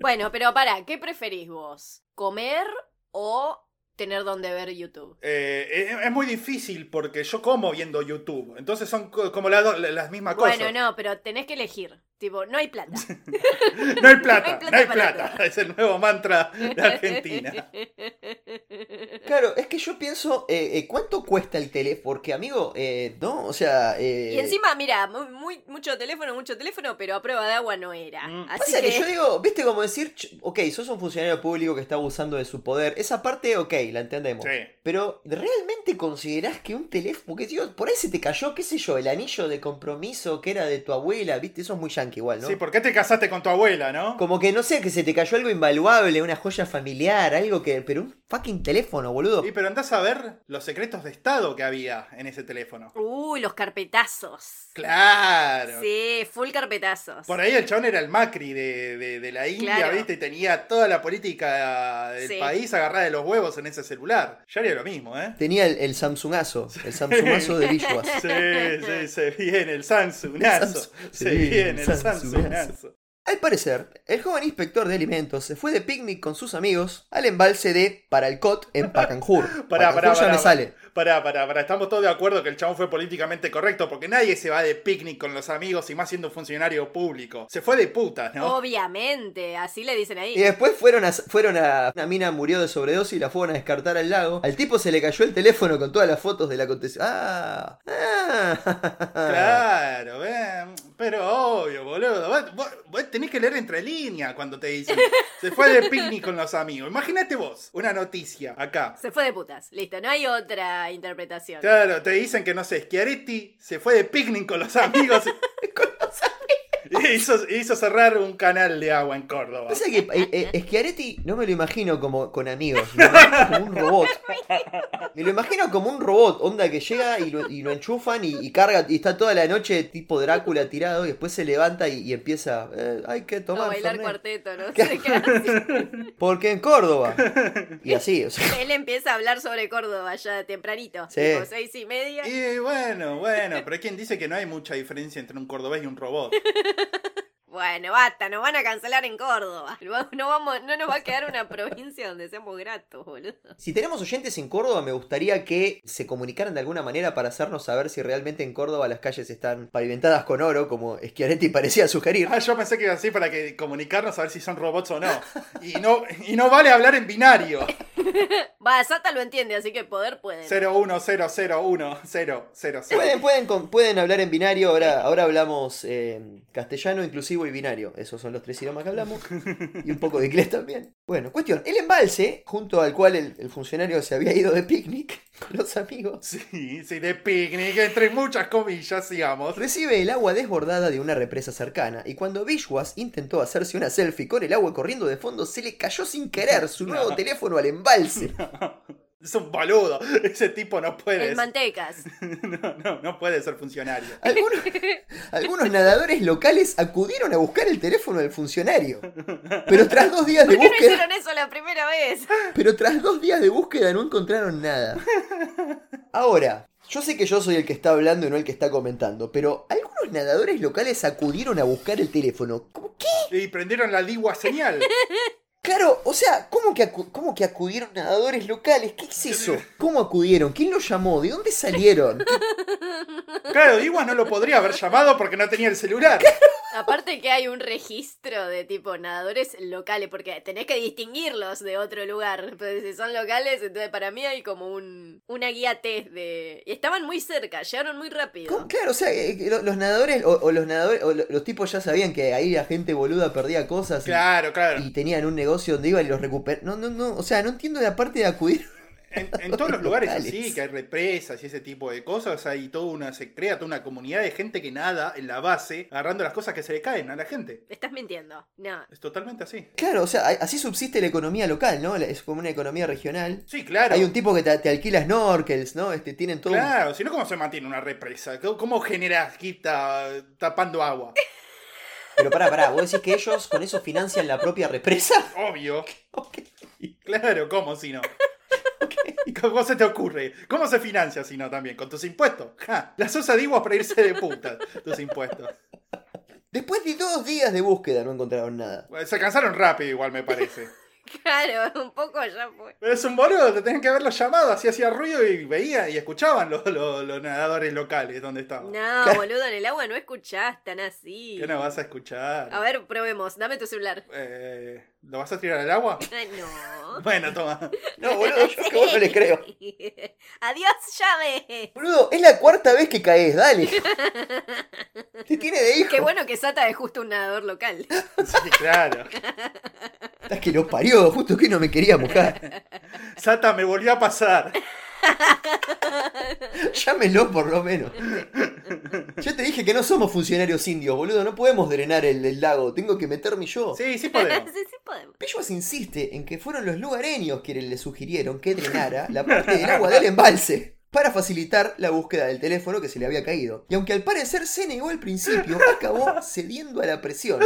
[SPEAKER 4] Bueno, pero pará, ¿qué preferís vos? ¿Comer o tener donde ver YouTube?
[SPEAKER 3] Eh, es, es muy difícil porque yo como viendo YouTube. Entonces son co- como la do- la- las mismas cosas.
[SPEAKER 4] Bueno, no, pero tenés que elegir. Tipo, no hay plata.
[SPEAKER 3] no, hay plata,
[SPEAKER 4] no hay plata
[SPEAKER 3] no hay
[SPEAKER 4] para
[SPEAKER 3] plata. Es el nuevo mantra de Argentina.
[SPEAKER 2] Claro, es que yo pienso, eh, eh, ¿cuánto cuesta el teléfono? Porque, amigo, eh, ¿no? O sea... eh,
[SPEAKER 4] Y encima, mira, mu- muy, mucho teléfono, mucho teléfono, pero a prueba de agua no era.
[SPEAKER 3] Mm.
[SPEAKER 4] Así
[SPEAKER 2] Pasa que...
[SPEAKER 4] que-
[SPEAKER 2] yo digo, viste como decir, ch- ok, sos un funcionario público que está abusando de su poder. Esa parte, ok, la entendemos.
[SPEAKER 3] Sí.
[SPEAKER 2] Pero, ¿realmente considerás que un teléfono, que digo, por ahí se te cayó, qué sé yo, el anillo de compromiso que era de tu abuela, viste, eso es muy yankee igual, ¿no?
[SPEAKER 3] Sí, ¿por qué te casaste con tu abuela, no?
[SPEAKER 2] Como que no sé, que se te cayó algo invaluable, una joya familiar, algo que. Pero un fucking teléfono, boludo.
[SPEAKER 3] Y pero andás a ver los secretos de Estado que había en ese teléfono.
[SPEAKER 4] Uy, los carpetazos.
[SPEAKER 3] Claro.
[SPEAKER 4] Sí, full carpetazos.
[SPEAKER 3] Por ahí el chabón era el Macri de, de- de la India,
[SPEAKER 4] Claro.
[SPEAKER 3] ¿viste? Y tenía toda la política del
[SPEAKER 4] Sí.
[SPEAKER 3] país agarrada de los huevos en ese celular. Yo haría lo mismo, ¿eh?
[SPEAKER 2] Tenía el, el Samsungazo, el Samsungazo de Visuas.
[SPEAKER 3] Sí, sí, se viene el Samsungazo.
[SPEAKER 2] Samsung.
[SPEAKER 3] Se
[SPEAKER 2] Sí,
[SPEAKER 3] viene el
[SPEAKER 2] Samsungazo.
[SPEAKER 3] Samsungazo.
[SPEAKER 2] Al parecer, el joven inspector de alimentos se fue de picnic con sus amigos al embalse de Paralcot en Pacancur.
[SPEAKER 3] Pará,
[SPEAKER 2] Pacancur
[SPEAKER 3] pará,
[SPEAKER 2] ya
[SPEAKER 3] pará.
[SPEAKER 2] me sale.
[SPEAKER 3] Pará, pará, pará. Estamos todos de acuerdo que el chabón fue políticamente correcto porque nadie se va de picnic con los amigos y más siendo un funcionario público. Se fue de putas, ¿no?
[SPEAKER 4] Obviamente, así le dicen ahí.
[SPEAKER 2] Y después fueron a, fueron a. Una mina murió de sobredosis y la fueron a descartar al lago. Al tipo se le cayó el teléfono con todas las fotos del acontecimiento. ¡Ah! ¡Ah!
[SPEAKER 3] Claro, ven. Pero obvio, boludo. Vos, vos- vos tenés que leer entre líneas cuando te dicen se fue de picnic con los amigos. Imagínate vos, una noticia acá.
[SPEAKER 4] Se fue de putas. Listo, no hay otra interpretación.
[SPEAKER 3] Claro, te dicen que no sé, Schiaretti se fue de picnic con los amigos. y hizo, hizo cerrar un canal de agua en Córdoba.
[SPEAKER 2] Pasa que eh, eh, Schiaretti no me lo imagino como con amigos, me lo imagino como un robot. Me lo imagino como un robot, onda que llega y lo, y lo enchufan y, y carga y está toda la noche tipo Drácula tirado y después se levanta y, y empieza, eh, hay que
[SPEAKER 4] O
[SPEAKER 2] tomar
[SPEAKER 4] bailar
[SPEAKER 2] Fernet,
[SPEAKER 4] cuarteto, no sé qué. hace.
[SPEAKER 2] porque en Córdoba. Y así, o sea,
[SPEAKER 4] Él empieza a hablar sobre Córdoba ya tempranito.
[SPEAKER 2] Sí.
[SPEAKER 4] Tipo seis y media.
[SPEAKER 3] Y bueno, bueno, pero hay quien dice que no hay mucha diferencia entre un cordobés y un robot.
[SPEAKER 4] Bueno, basta, nos van a cancelar en Córdoba. No, no vamos, no nos va a quedar una provincia donde seamos gratos, boludo.
[SPEAKER 2] si tenemos oyentes en Córdoba, me gustaría que se comunicaran de alguna manera para hacernos saber si realmente en Córdoba las calles están pavimentadas con oro, como Schiaretti parecía sugerir.
[SPEAKER 3] Ah, yo pensé que iba así para que comunicarnos a ver si son robots o no. Y no, y no vale hablar en binario.
[SPEAKER 4] Va, Sata lo entiende, así que poder puede.
[SPEAKER 3] 010010000.
[SPEAKER 2] Pueden, pueden, con- pueden hablar en binario, ahora, ahora hablamos eh, castellano inclusivo y binario, esos son los tres idiomas que hablamos, y un poco de inglés también. Bueno, cuestión, el embalse, junto al cual el, el funcionario se había ido de picnic con los amigos,
[SPEAKER 3] Sí, sí, de picnic, entre muchas comillas, sigamos.
[SPEAKER 2] recibe el agua desbordada de una represa cercana, y cuando Vishwas intentó hacerse una selfie con el agua corriendo de fondo, se le cayó sin querer su nuevo teléfono al embalse.
[SPEAKER 3] Es un boludo. Ese tipo no puede.
[SPEAKER 4] El mantecas.
[SPEAKER 3] No, no, no puede ser funcionario.
[SPEAKER 2] Algunos, algunos nadadores locales acudieron a buscar el teléfono del funcionario, pero tras dos días de
[SPEAKER 4] ¿Por qué no
[SPEAKER 2] búsqueda...
[SPEAKER 4] hicieron eso la primera vez?
[SPEAKER 2] Pero tras dos días de búsqueda no encontraron nada. Ahora, yo sé que yo soy el que está hablando y no el que está comentando, pero algunos nadadores locales acudieron a buscar el teléfono. ¿Cómo qué?
[SPEAKER 3] Y prendieron la ligua señal.
[SPEAKER 2] Claro, o sea, ¿cómo que, acu- cómo que acudieron nadadores locales? ¿Qué es eso? ¿Cómo acudieron? ¿Quién los llamó? ¿De dónde salieron?
[SPEAKER 3] Claro, Iguas no lo podría haber llamado porque no tenía el celular.
[SPEAKER 4] Aparte que hay un registro de tipo nadadores locales, porque tenés que distinguirlos de otro lugar. Entonces, si son locales, entonces para mí hay como un, una guía test de... Y estaban muy cerca, llegaron muy rápido.
[SPEAKER 2] ¿Cómo? Claro, o sea, eh, que lo- los nadadores o, o los nadadores o lo- los tipos ya sabían que ahí la gente boluda perdía cosas y,
[SPEAKER 3] Claro, claro.
[SPEAKER 2] y tenían un negocio donde iban y los recuperaban. No, no, no, o sea, no entiendo la parte de acudir.
[SPEAKER 3] En, en todos los lugares
[SPEAKER 2] Locales.
[SPEAKER 3] así, que hay represas y ese tipo de cosas, hay toda una, se crea toda una comunidad de gente que nada en la base, agarrando las cosas que se le caen a la gente.
[SPEAKER 4] Estás mintiendo. No.
[SPEAKER 3] Es totalmente así.
[SPEAKER 2] Claro, o sea, a- así subsiste la economía local, ¿no? La- Es como una economía regional.
[SPEAKER 3] Sí, claro.
[SPEAKER 2] Hay un tipo que te, te alquila snorkels, ¿no? Este, tienen todo. un-
[SPEAKER 3] Claro, si no, ¿cómo se mantiene una represa? ¿Cómo- ¿Cómo generas quita tapando agua?
[SPEAKER 2] Pero pará, pará, ¿vos decís que ellos con eso financian la propia represa?
[SPEAKER 3] Obvio.
[SPEAKER 2] Ok,
[SPEAKER 3] Claro, ¿cómo si no?
[SPEAKER 2] ok.
[SPEAKER 3] ¿Cómo se te ocurre? ¿Cómo se financia si no también? ¿Con tus impuestos? Ja, las usa Diguas para irse de puta, tus impuestos.
[SPEAKER 2] Después de dos días de búsqueda no encontraron nada.
[SPEAKER 3] Bueno, Se cansaron rápido igual me parece.
[SPEAKER 4] Claro, un poco ya fue.
[SPEAKER 3] Pero es un boludo, te tenían que haberlo llamado, así hacía ruido y veía y escuchaban los, los- los nadadores locales donde estaban.
[SPEAKER 4] No, boludo, en el agua no escuchás tan así.
[SPEAKER 3] ¿Qué no vas a escuchar?
[SPEAKER 4] A ver, probemos. Dame tu celular.
[SPEAKER 3] Eh, ¿Lo vas a tirar al agua?
[SPEAKER 4] Ay, no.
[SPEAKER 3] Bueno, toma.
[SPEAKER 2] No, boludo, yo que vos no les creo.
[SPEAKER 4] Adiós, llave.
[SPEAKER 2] Boludo, es la cuarta vez que caes, dale. Te tiene de hijo.
[SPEAKER 4] Qué bueno que Sata es justo un nadador local.
[SPEAKER 3] Sí, claro.
[SPEAKER 2] Estás que lo parió, justo que no me quería mojar.
[SPEAKER 3] Sata me volvió a pasar.
[SPEAKER 2] Llámelo por lo menos. Yo te dije que no somos funcionarios indios, boludo. No podemos drenar el, el lago. Tengo que meterme yo.
[SPEAKER 3] Sí, sí podemos.
[SPEAKER 4] sí, sí podemos.
[SPEAKER 2] Pelluas insiste en que fueron los lugareños quienes le sugirieron que drenara la parte del agua del embalse para facilitar la búsqueda del teléfono que se le había caído. Y aunque al parecer se negó al principio, acabó cediendo a la presión,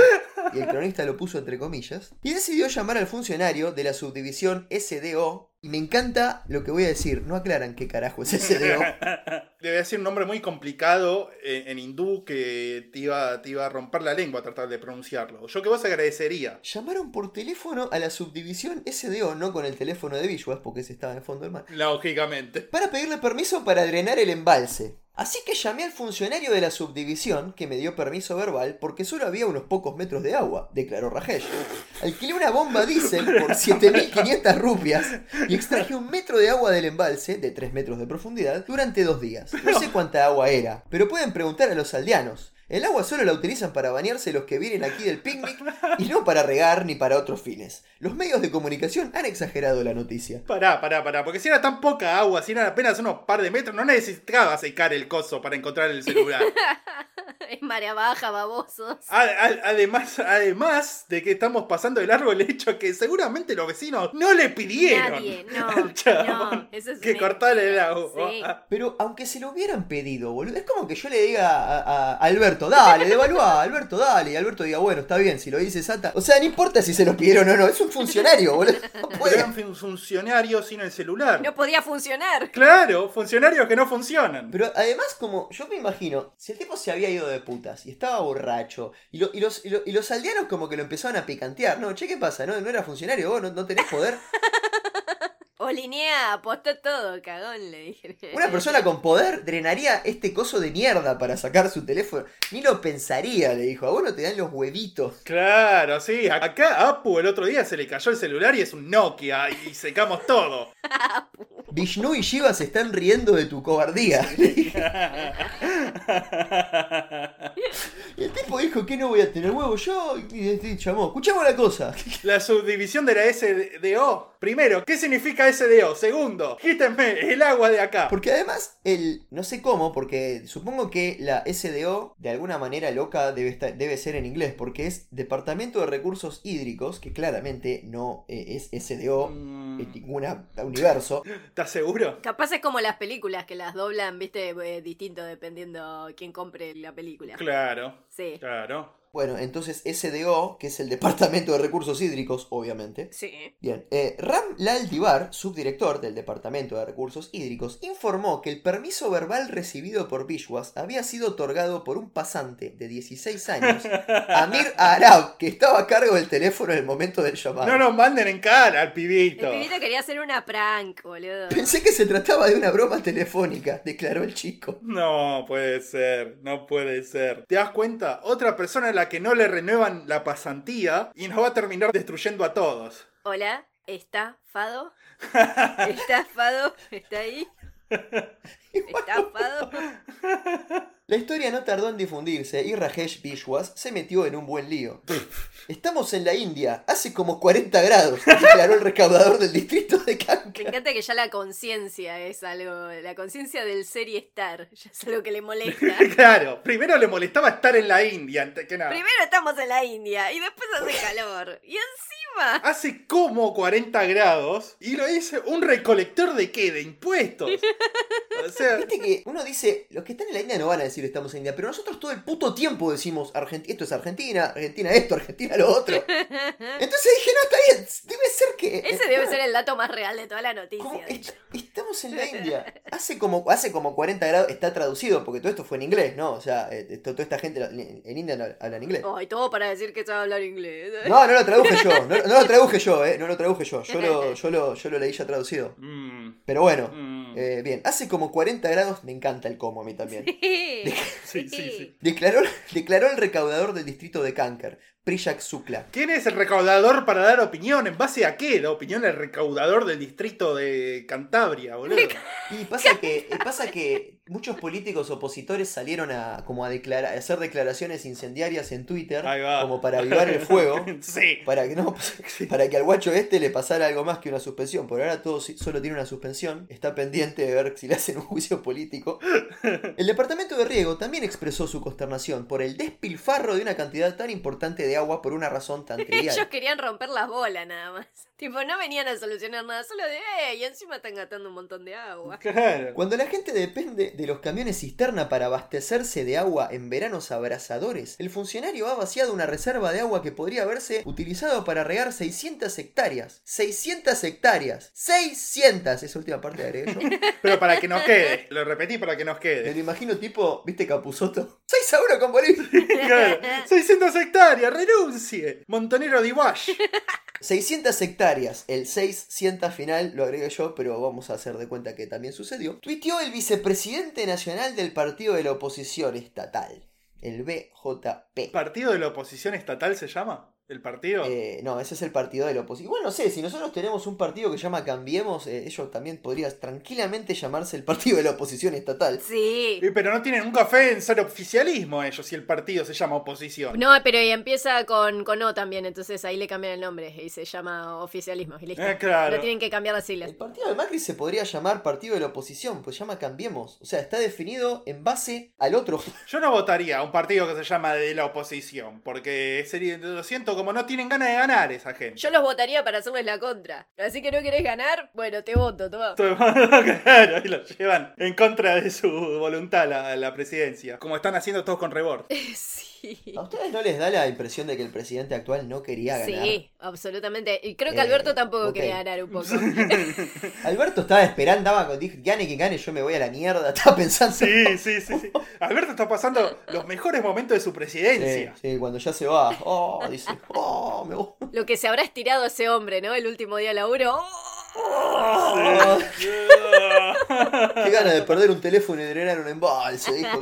[SPEAKER 2] y el cronista lo puso entre comillas, y decidió llamar al funcionario de la subdivisión SDO Y me encanta lo que voy a decir. No aclaran qué carajo es ese dedo.
[SPEAKER 3] Debe ser un nombre muy complicado eh, en hindú que te iba, te iba a romper la lengua tratar de pronunciarlo. Yo que vos agradecería.
[SPEAKER 2] Llamaron por teléfono a la subdivisión SDO, no con el teléfono de Visuals, porque ese estaba en el fondo del mar,
[SPEAKER 3] Lógicamente.
[SPEAKER 2] para pedirle permiso para drenar el embalse. Así que llamé al funcionario de la subdivisión, que me dio permiso verbal, porque solo había unos pocos metros de agua, declaró Rajesh. Alquilé una bomba diésel por 7.500 rupias y extraje un metro de agua del embalse, de 3 metros de profundidad, durante dos días. No sé cuánta agua era, pero pueden preguntar a los aldeanos. El agua solo la utilizan para bañarse los que vienen aquí del picnic y no para regar ni para otros fines. Los medios de comunicación han exagerado la noticia.
[SPEAKER 3] Pará, pará, pará. Porque si era tan poca agua, si eran apenas unos par de metros, no necesitaba secar el coso para encontrar el celular.
[SPEAKER 4] Es marea baja, babosos.
[SPEAKER 3] A- a- Además, además de que estamos pasando de largo el hecho que seguramente los vecinos no le pidieron
[SPEAKER 4] Nadie, no.
[SPEAKER 3] al chabón
[SPEAKER 4] no, eso es
[SPEAKER 3] que
[SPEAKER 4] un-
[SPEAKER 3] cortara el agua.
[SPEAKER 4] Sí.
[SPEAKER 2] Pero aunque se lo hubieran pedido, boludo, es como que yo le diga a, a- a Alberto, dale, devalúa, Alberto, dale, y Alberto diga, bueno, está bien, si lo dice Sata. O sea, no importa si se lo pidieron o no, es un funcionario, boludo. No
[SPEAKER 3] Pero
[SPEAKER 2] puede.
[SPEAKER 3] eran fun- funcionarios sin el celular.
[SPEAKER 4] No podía funcionar.
[SPEAKER 3] Claro, funcionarios que no funcionan.
[SPEAKER 2] Pero además, como yo me imagino, si el tipo se había ido de putas y estaba borracho, y, lo- y los, y, lo- y los aldeanos como que lo empezaron a picantear, no, che, ¿qué pasa? ¿No, no era funcionario vos? ¿No, no tenés poder?
[SPEAKER 4] O linea, apostó todo, cagón, le dije.
[SPEAKER 2] Una persona con poder drenaría este coso de mierda para sacar su teléfono. Ni lo pensaría, le dijo, a vos no te dan los huevitos.
[SPEAKER 3] Claro, sí. A- Acá a Apu el otro día se le cayó el celular y es un Nokia y secamos todo.
[SPEAKER 2] Vishnu y Shiva se están riendo de tu cobardía. Y el tipo dijo que no voy a tener huevo yo. Y, y- y llamó, escuchamos la cosa.
[SPEAKER 3] La subdivisión de la SDO. Primero, ¿qué significa SDO? Segundo, quítenme el agua de acá.
[SPEAKER 2] Porque además, el. No sé cómo, porque supongo que la SDO, de alguna manera loca, debe, estar- debe ser en inglés, porque es Departamento de Recursos Hídricos, que claramente no eh, es SDO
[SPEAKER 3] Mm,
[SPEAKER 2] en ningún universo.
[SPEAKER 3] ¿Estás seguro?
[SPEAKER 4] Capaz es como las películas que las doblan, viste, Eh, distinto dependiendo quién compre la película.
[SPEAKER 3] Claro,
[SPEAKER 4] Sí.
[SPEAKER 3] claro.
[SPEAKER 2] Bueno, entonces SDO, que es el Departamento de Recursos Hídricos, obviamente.
[SPEAKER 4] Sí.
[SPEAKER 2] Bien, eh, Ram Laldivar, subdirector del Departamento de Recursos Hídricos, informó que el permiso verbal recibido por Vishwas había sido otorgado por un pasante de 16 años, Amir Arab, que estaba a cargo del teléfono en el momento del llamado.
[SPEAKER 3] No nos manden en cara al
[SPEAKER 4] El
[SPEAKER 3] pibito.
[SPEAKER 4] pibito quería hacer una prank, boludo.
[SPEAKER 2] Pensé que se trataba de una broma telefónica, declaró el chico.
[SPEAKER 3] No puede ser, no puede ser. ¿Te das cuenta? Otra persona a la que no le renuevan la pasantía y nos va a terminar destruyendo a todos.
[SPEAKER 4] Hola, ¿está Fado? ¿Está Fado? ¿Está ahí? ¿Está Fado?
[SPEAKER 2] La historia no tardó en difundirse y Rajesh Vishwas se metió en un buen lío. Estamos en la India, hace como 40 grados, declaró el recaudador del distrito de
[SPEAKER 4] Me
[SPEAKER 2] Kanka.
[SPEAKER 4] encanta que ya la conciencia es algo, la conciencia del ser y estar, ya es algo que le molesta.
[SPEAKER 3] Claro, primero le molestaba estar en la India antes que nada.
[SPEAKER 4] Primero estamos en la India y después hace calor. Y encima,
[SPEAKER 3] Hace como 40 grados y lo dice un recolector de qué? De impuestos. O sea,
[SPEAKER 2] Viste que uno dice, los que están en la India no van a decir estamos en India, pero nosotros todo el puto tiempo decimos, "Argent- esto es Argentina, Argentina esto, Argentina lo otro. Entonces dije, no, está bien, debe ser que...
[SPEAKER 4] ese debe ser el dato más real de toda la
[SPEAKER 2] ¿Cómo?
[SPEAKER 4] noticia. de hecho.
[SPEAKER 2] Est- Estamos en la India. Hace como, hace como 40 grados, está traducido, porque todo esto fue en inglés, ¿no? O sea, eh, esto- toda esta gente en en India no hablan inglés.
[SPEAKER 4] Oh, y todo para decir que sabe hablar inglés.
[SPEAKER 2] No, no lo traduje yo, no, no lo traduje yo, ¿eh? No lo traduje yo, yo lo, yo lo, yo lo leí ya traducido.
[SPEAKER 3] mm,
[SPEAKER 2] Pero bueno,
[SPEAKER 3] mm,
[SPEAKER 2] eh, bien, hace como 40 grados, me encanta el como a mí también.
[SPEAKER 3] sí, sí, sí.
[SPEAKER 2] Declaró, declaró el recaudador del distrito de Kanker, Prishak Sukla.
[SPEAKER 3] ¿Quién es el recaudador para dar opinión? ¿En base a qué? La opinión del recaudador del distrito de Cantabria, boludo.
[SPEAKER 2] Y pasa que, y pasa que muchos políticos opositores salieron a, como a, declarar, a hacer declaraciones incendiarias en Twitter,
[SPEAKER 3] Ahí va.
[SPEAKER 2] como para avivar el fuego,
[SPEAKER 3] Sí.
[SPEAKER 2] para que, no, para que al guacho este le pasara algo más que una suspensión. Por ahora todo si- solo tiene una suspensión, está pendiente de ver si le hacen un juicio político. El departamento de riego también expresó su consternación por el despilfarro de una cantidad tan importante de de agua por una razón tan
[SPEAKER 4] Ellos
[SPEAKER 2] trivial.
[SPEAKER 4] querían romper las bolas nada más. Tipo, no venían a solucionar nada, solo de, "Eh, y encima están gastando un montón de agua.
[SPEAKER 3] Claro.
[SPEAKER 2] Cuando la gente depende de los camiones cisterna para abastecerse de agua en veranos abrasadores, el funcionario ha vaciado una reserva de agua que podría haberse utilizado para regar 600 hectáreas. ¡600 hectáreas! ¡600! Esa última parte agregué yo.
[SPEAKER 3] Pero para que nos quede, lo repetí para que nos
[SPEAKER 2] Me
[SPEAKER 3] quede.
[SPEAKER 2] lo imagino tipo, ¿viste Capuzoto? ¡6 a 1 con Bolivia!
[SPEAKER 3] Claro. 600 hectáreas, renuncie. Montonero de Iwash.
[SPEAKER 2] 600 hectáreas, el 600 final lo agregué yo, pero vamos a hacer de cuenta que también sucedió. Tuiteó el vicepresidente nacional del partido de la oposición estatal, el BJP.
[SPEAKER 3] ¿Partido de la oposición estatal se llama? ¿El partido?
[SPEAKER 2] Eh, no, ese es el partido de la oposición. Igual no sé, si nosotros tenemos un partido que se llama Cambiemos, eh, ellos también podrían tranquilamente llamarse el partido de la oposición estatal.
[SPEAKER 4] Sí.
[SPEAKER 3] Eh, Pero no tienen un café en ser oficialismo ellos si el partido se llama oposición.
[SPEAKER 4] No, pero y empieza con, con O también, entonces ahí le cambian el nombre y se llama oficialismo. Y listo.
[SPEAKER 2] Ah,
[SPEAKER 3] Eh, claro.
[SPEAKER 4] No tienen que cambiar las siglas.
[SPEAKER 2] El partido de Macri se podría llamar partido de la oposición, pues llama Cambiemos. O sea, está definido en base al otro.
[SPEAKER 3] Yo no votaría a un partido que se llama de la oposición, porque sería, lo siento, como no tienen ganas de ganar esa gente.
[SPEAKER 4] Yo los votaría para hacerles la contra. Así que no querés ganar, bueno, te voto, toma.
[SPEAKER 3] Claro, y lo llevan en contra de su voluntad a la, a la presidencia, como están haciendo todos con Rebord.
[SPEAKER 4] Sí.
[SPEAKER 2] ¿A ustedes no les da la impresión de que el presidente actual no quería ganar?
[SPEAKER 4] Sí, absolutamente. Y creo que
[SPEAKER 2] Eh,
[SPEAKER 4] Alberto tampoco
[SPEAKER 2] ok.
[SPEAKER 4] quería ganar un poco.
[SPEAKER 2] Alberto estaba esperando, daba con dije, gane que gane, yo me voy a la mierda. Estaba pensando.
[SPEAKER 3] Sí, sí, sí, sí. Alberto está pasando los mejores momentos de su
[SPEAKER 2] Sí,
[SPEAKER 3] presidencia.
[SPEAKER 2] sí, cuando ya se va, oh, dice, oh, me voy.
[SPEAKER 4] Lo que se habrá estirado ese hombre, ¿no? El último día de laburo.
[SPEAKER 2] Oh,
[SPEAKER 3] Sí.
[SPEAKER 2] qué ganas de perder un teléfono y drenar un embalse, dijo.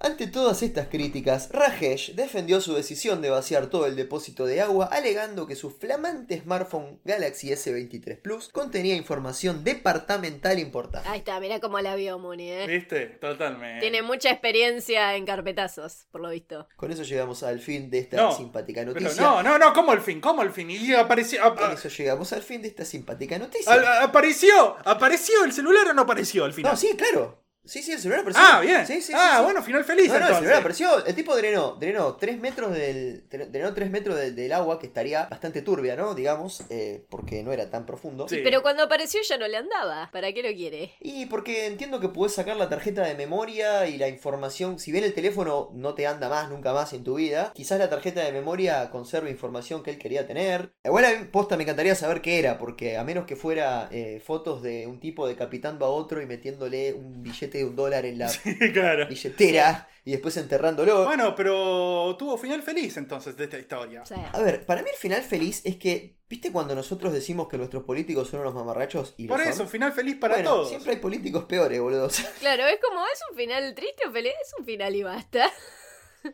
[SPEAKER 2] Ante todas estas críticas, Rajesh defendió su decisión de vaciar todo el depósito de agua, alegando que su flamante smartphone Galaxy S23 Plus contenía información departamental importante.
[SPEAKER 4] Ahí está, mirá cómo la vio Muni, ¿eh?
[SPEAKER 3] ¿Viste? Totalmente.
[SPEAKER 4] Tiene mucha experiencia en carpetazos, por lo visto.
[SPEAKER 2] Con eso llegamos al fin de esta
[SPEAKER 3] No,
[SPEAKER 2] simpática
[SPEAKER 3] Pero
[SPEAKER 2] noticia.
[SPEAKER 3] no, no, no, ¿cómo el fin? ¿Cómo el fin? Y apareció. ap-
[SPEAKER 2] Con eso llegamos al fin de esta simpática noticia.
[SPEAKER 3] al- a- apareció, apareció el celular o no apareció al final.
[SPEAKER 2] No, sí, claro. Sí, sí, el celular apareció.
[SPEAKER 3] ah, bien.
[SPEAKER 2] Sí, sí,
[SPEAKER 3] ah,
[SPEAKER 2] sí, sí.
[SPEAKER 3] bueno, final feliz.
[SPEAKER 2] No, no, el
[SPEAKER 3] entonces.
[SPEAKER 2] celular apareció. El tipo drenó, drenó 3 metros del. dre- Drenó 3 metros del, del agua que estaría bastante turbia, ¿no? Digamos, eh, porque no era tan profundo.
[SPEAKER 3] Sí.
[SPEAKER 4] Pero cuando apareció ya no le andaba. ¿Para qué lo quiere?
[SPEAKER 2] Y porque entiendo que podés sacar la tarjeta de memoria y la información. Si bien el teléfono no te anda más, nunca más en tu vida, quizás la tarjeta de memoria conserve información que él quería tener. Igual a mí, posta, me encantaría saber qué era, porque a menos que fuera eh, fotos de un tipo decapitando a otro y metiéndole un billete de un dólar en la
[SPEAKER 3] Sí, claro.
[SPEAKER 2] billetera y después enterrándolo.
[SPEAKER 3] Bueno, pero tuvo final feliz entonces de esta historia.
[SPEAKER 4] O sea,
[SPEAKER 2] A ver, para mí el final feliz es que, ¿viste cuando nosotros decimos que nuestros políticos son unos mamarrachos y lo
[SPEAKER 3] Por
[SPEAKER 2] son?
[SPEAKER 3] eso, final feliz para
[SPEAKER 2] Bueno,
[SPEAKER 3] todos.
[SPEAKER 2] Siempre hay políticos peores, boludo. O sea,
[SPEAKER 4] claro, es como, ¿es un final triste o feliz? Es un final y basta.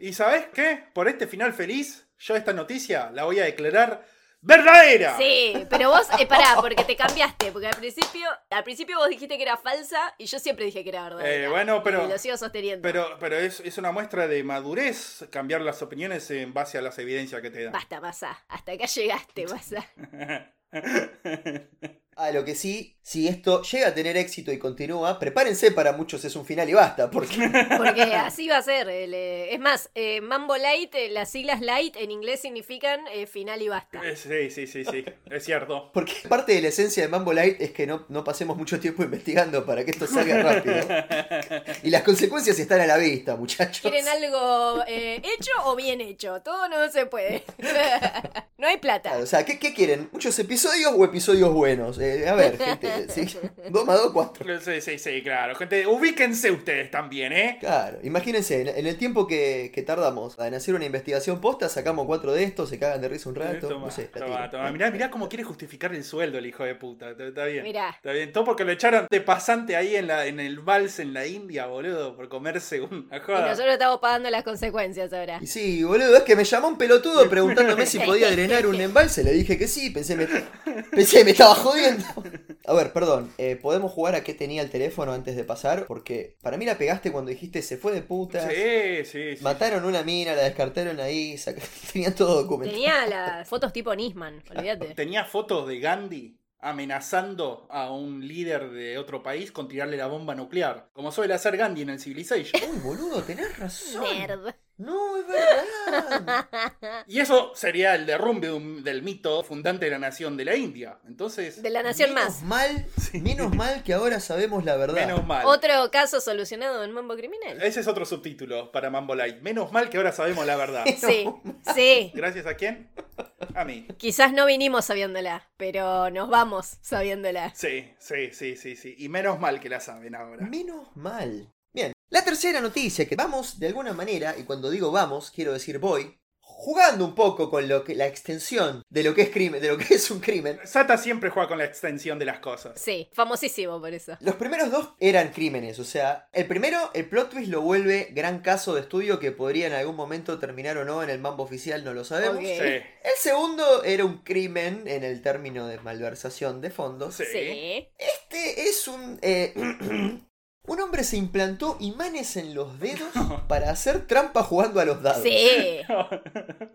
[SPEAKER 3] ¿Y sabes qué? Por este final feliz, yo esta noticia la voy a declarar verdadera.
[SPEAKER 4] Sí, pero vos, eh, pará, porque te cambiaste. Porque al principio, al principio vos dijiste que era falsa y yo siempre dije que era verdadera.
[SPEAKER 3] Eh, bueno, pero-
[SPEAKER 4] Y lo sigo sosteniendo.
[SPEAKER 3] Pero, pero es, es una muestra de madurez cambiar las opiniones en base a las evidencias que te dan.
[SPEAKER 4] Basta, pasa. Hasta acá llegaste, pasa.
[SPEAKER 2] a Ah, lo que sí, si esto llega a tener éxito y continúa, prepárense para muchos es un final y basta, porque
[SPEAKER 4] Porque así va a ser. el, eh, es más, eh, Mambo Light, eh, las siglas Light en inglés significan eh, final y basta.
[SPEAKER 3] Eh, Sí, sí, sí, sí, es cierto.
[SPEAKER 2] porque parte de la esencia de Mambo Light es que no, no pasemos mucho tiempo investigando para que esto salga rápido. Y las consecuencias están a la vista, muchachos.
[SPEAKER 4] ¿Quieren algo eh, hecho o bien hecho? Todo no se puede. no hay plata.
[SPEAKER 2] Claro, o sea, ¿qué, qué quieren? ¿Muchos episodios o episodios buenos? Eh, a ver, gente, ¿sí? 2 más 2, 4.
[SPEAKER 3] Sí, sí, sí, claro. Gente, ubíquense ustedes también, ¿eh?
[SPEAKER 2] Claro, imagínense, en- en el tiempo que, que tardamos en hacer una investigación posta, sacamos cuatro de estos, se cagan de risa un rato,
[SPEAKER 3] Toma,
[SPEAKER 2] no sé, la
[SPEAKER 3] toma,
[SPEAKER 2] tiro.
[SPEAKER 3] toma. Mirá, mirá cómo quiere justificar el sueldo el hijo de puta. Está, está bien.
[SPEAKER 4] Mirá.
[SPEAKER 3] Está bien. Todo porque lo echaron de pasante ahí en, la, en el vals en la India, boludo, por comerse una
[SPEAKER 4] Y
[SPEAKER 3] joda.
[SPEAKER 4] nosotros estamos pagando las consecuencias ahora.
[SPEAKER 2] Y sí, boludo, es que me llamó un pelotudo preguntándome si podía drenar un embalse, le dije que sí, pensé me, pensé que me estaba jodiendo. A ver, perdón, eh, ¿podemos jugar a qué tenía el teléfono antes de pasar? Porque para mí la pegaste cuando dijiste se fue de puta,
[SPEAKER 3] Sí, sí, sí.
[SPEAKER 2] mataron una mina, la descartaron ahí, saca- tenían todo documentado.
[SPEAKER 4] Tenía las fotos tipo Nisman, olvídate.
[SPEAKER 3] Tenía fotos de Gandhi amenazando a un líder de otro país con tirarle la bomba nuclear, como suele hacer Gandhi en el Civilization.
[SPEAKER 2] Uy, boludo, tenés razón.
[SPEAKER 4] Nerd.
[SPEAKER 2] No, es verdad.
[SPEAKER 4] Ah.
[SPEAKER 3] Y eso sería el derrumbe de un- del mito fundante de la nación de la India. Entonces,
[SPEAKER 4] De la nación
[SPEAKER 2] menos
[SPEAKER 4] más.
[SPEAKER 2] mal, menos mal que ahora sabemos la verdad.
[SPEAKER 3] menos mal. Eh,
[SPEAKER 4] Otro caso solucionado en Mambo Criminal.
[SPEAKER 3] Ese es otro subtítulo para Mambo Light. Menos mal que ahora sabemos la verdad.
[SPEAKER 4] Sí, sí.
[SPEAKER 3] Gracias a quién? A mí.
[SPEAKER 4] Quizás no vinimos sabiéndola, pero nos vamos sabiéndola.
[SPEAKER 3] Sí, sí, sí, sí, sí. Y menos mal que la saben ahora.
[SPEAKER 2] Menos mal. Bien, la tercera noticia que vamos de alguna manera, y cuando digo vamos, quiero decir voy, jugando un poco con lo que, la extensión de lo que es crimen, de lo que es un crimen.
[SPEAKER 3] Sata siempre juega con la extensión de las cosas.
[SPEAKER 4] Sí, famosísimo por eso.
[SPEAKER 2] Los primeros dos eran crímenes, o sea, el primero, el plot twist lo vuelve gran caso de estudio que podría en algún momento terminar o no en el mambo oficial, no lo sabemos.
[SPEAKER 4] Ok.
[SPEAKER 3] Sí,
[SPEAKER 2] El segundo era un crimen en el término de malversación de fondos.
[SPEAKER 3] Sí.
[SPEAKER 4] Sí.
[SPEAKER 2] Este es un... eh, un hombre se implantó imanes en los dedos para hacer trampa jugando a los dados.
[SPEAKER 4] Sí.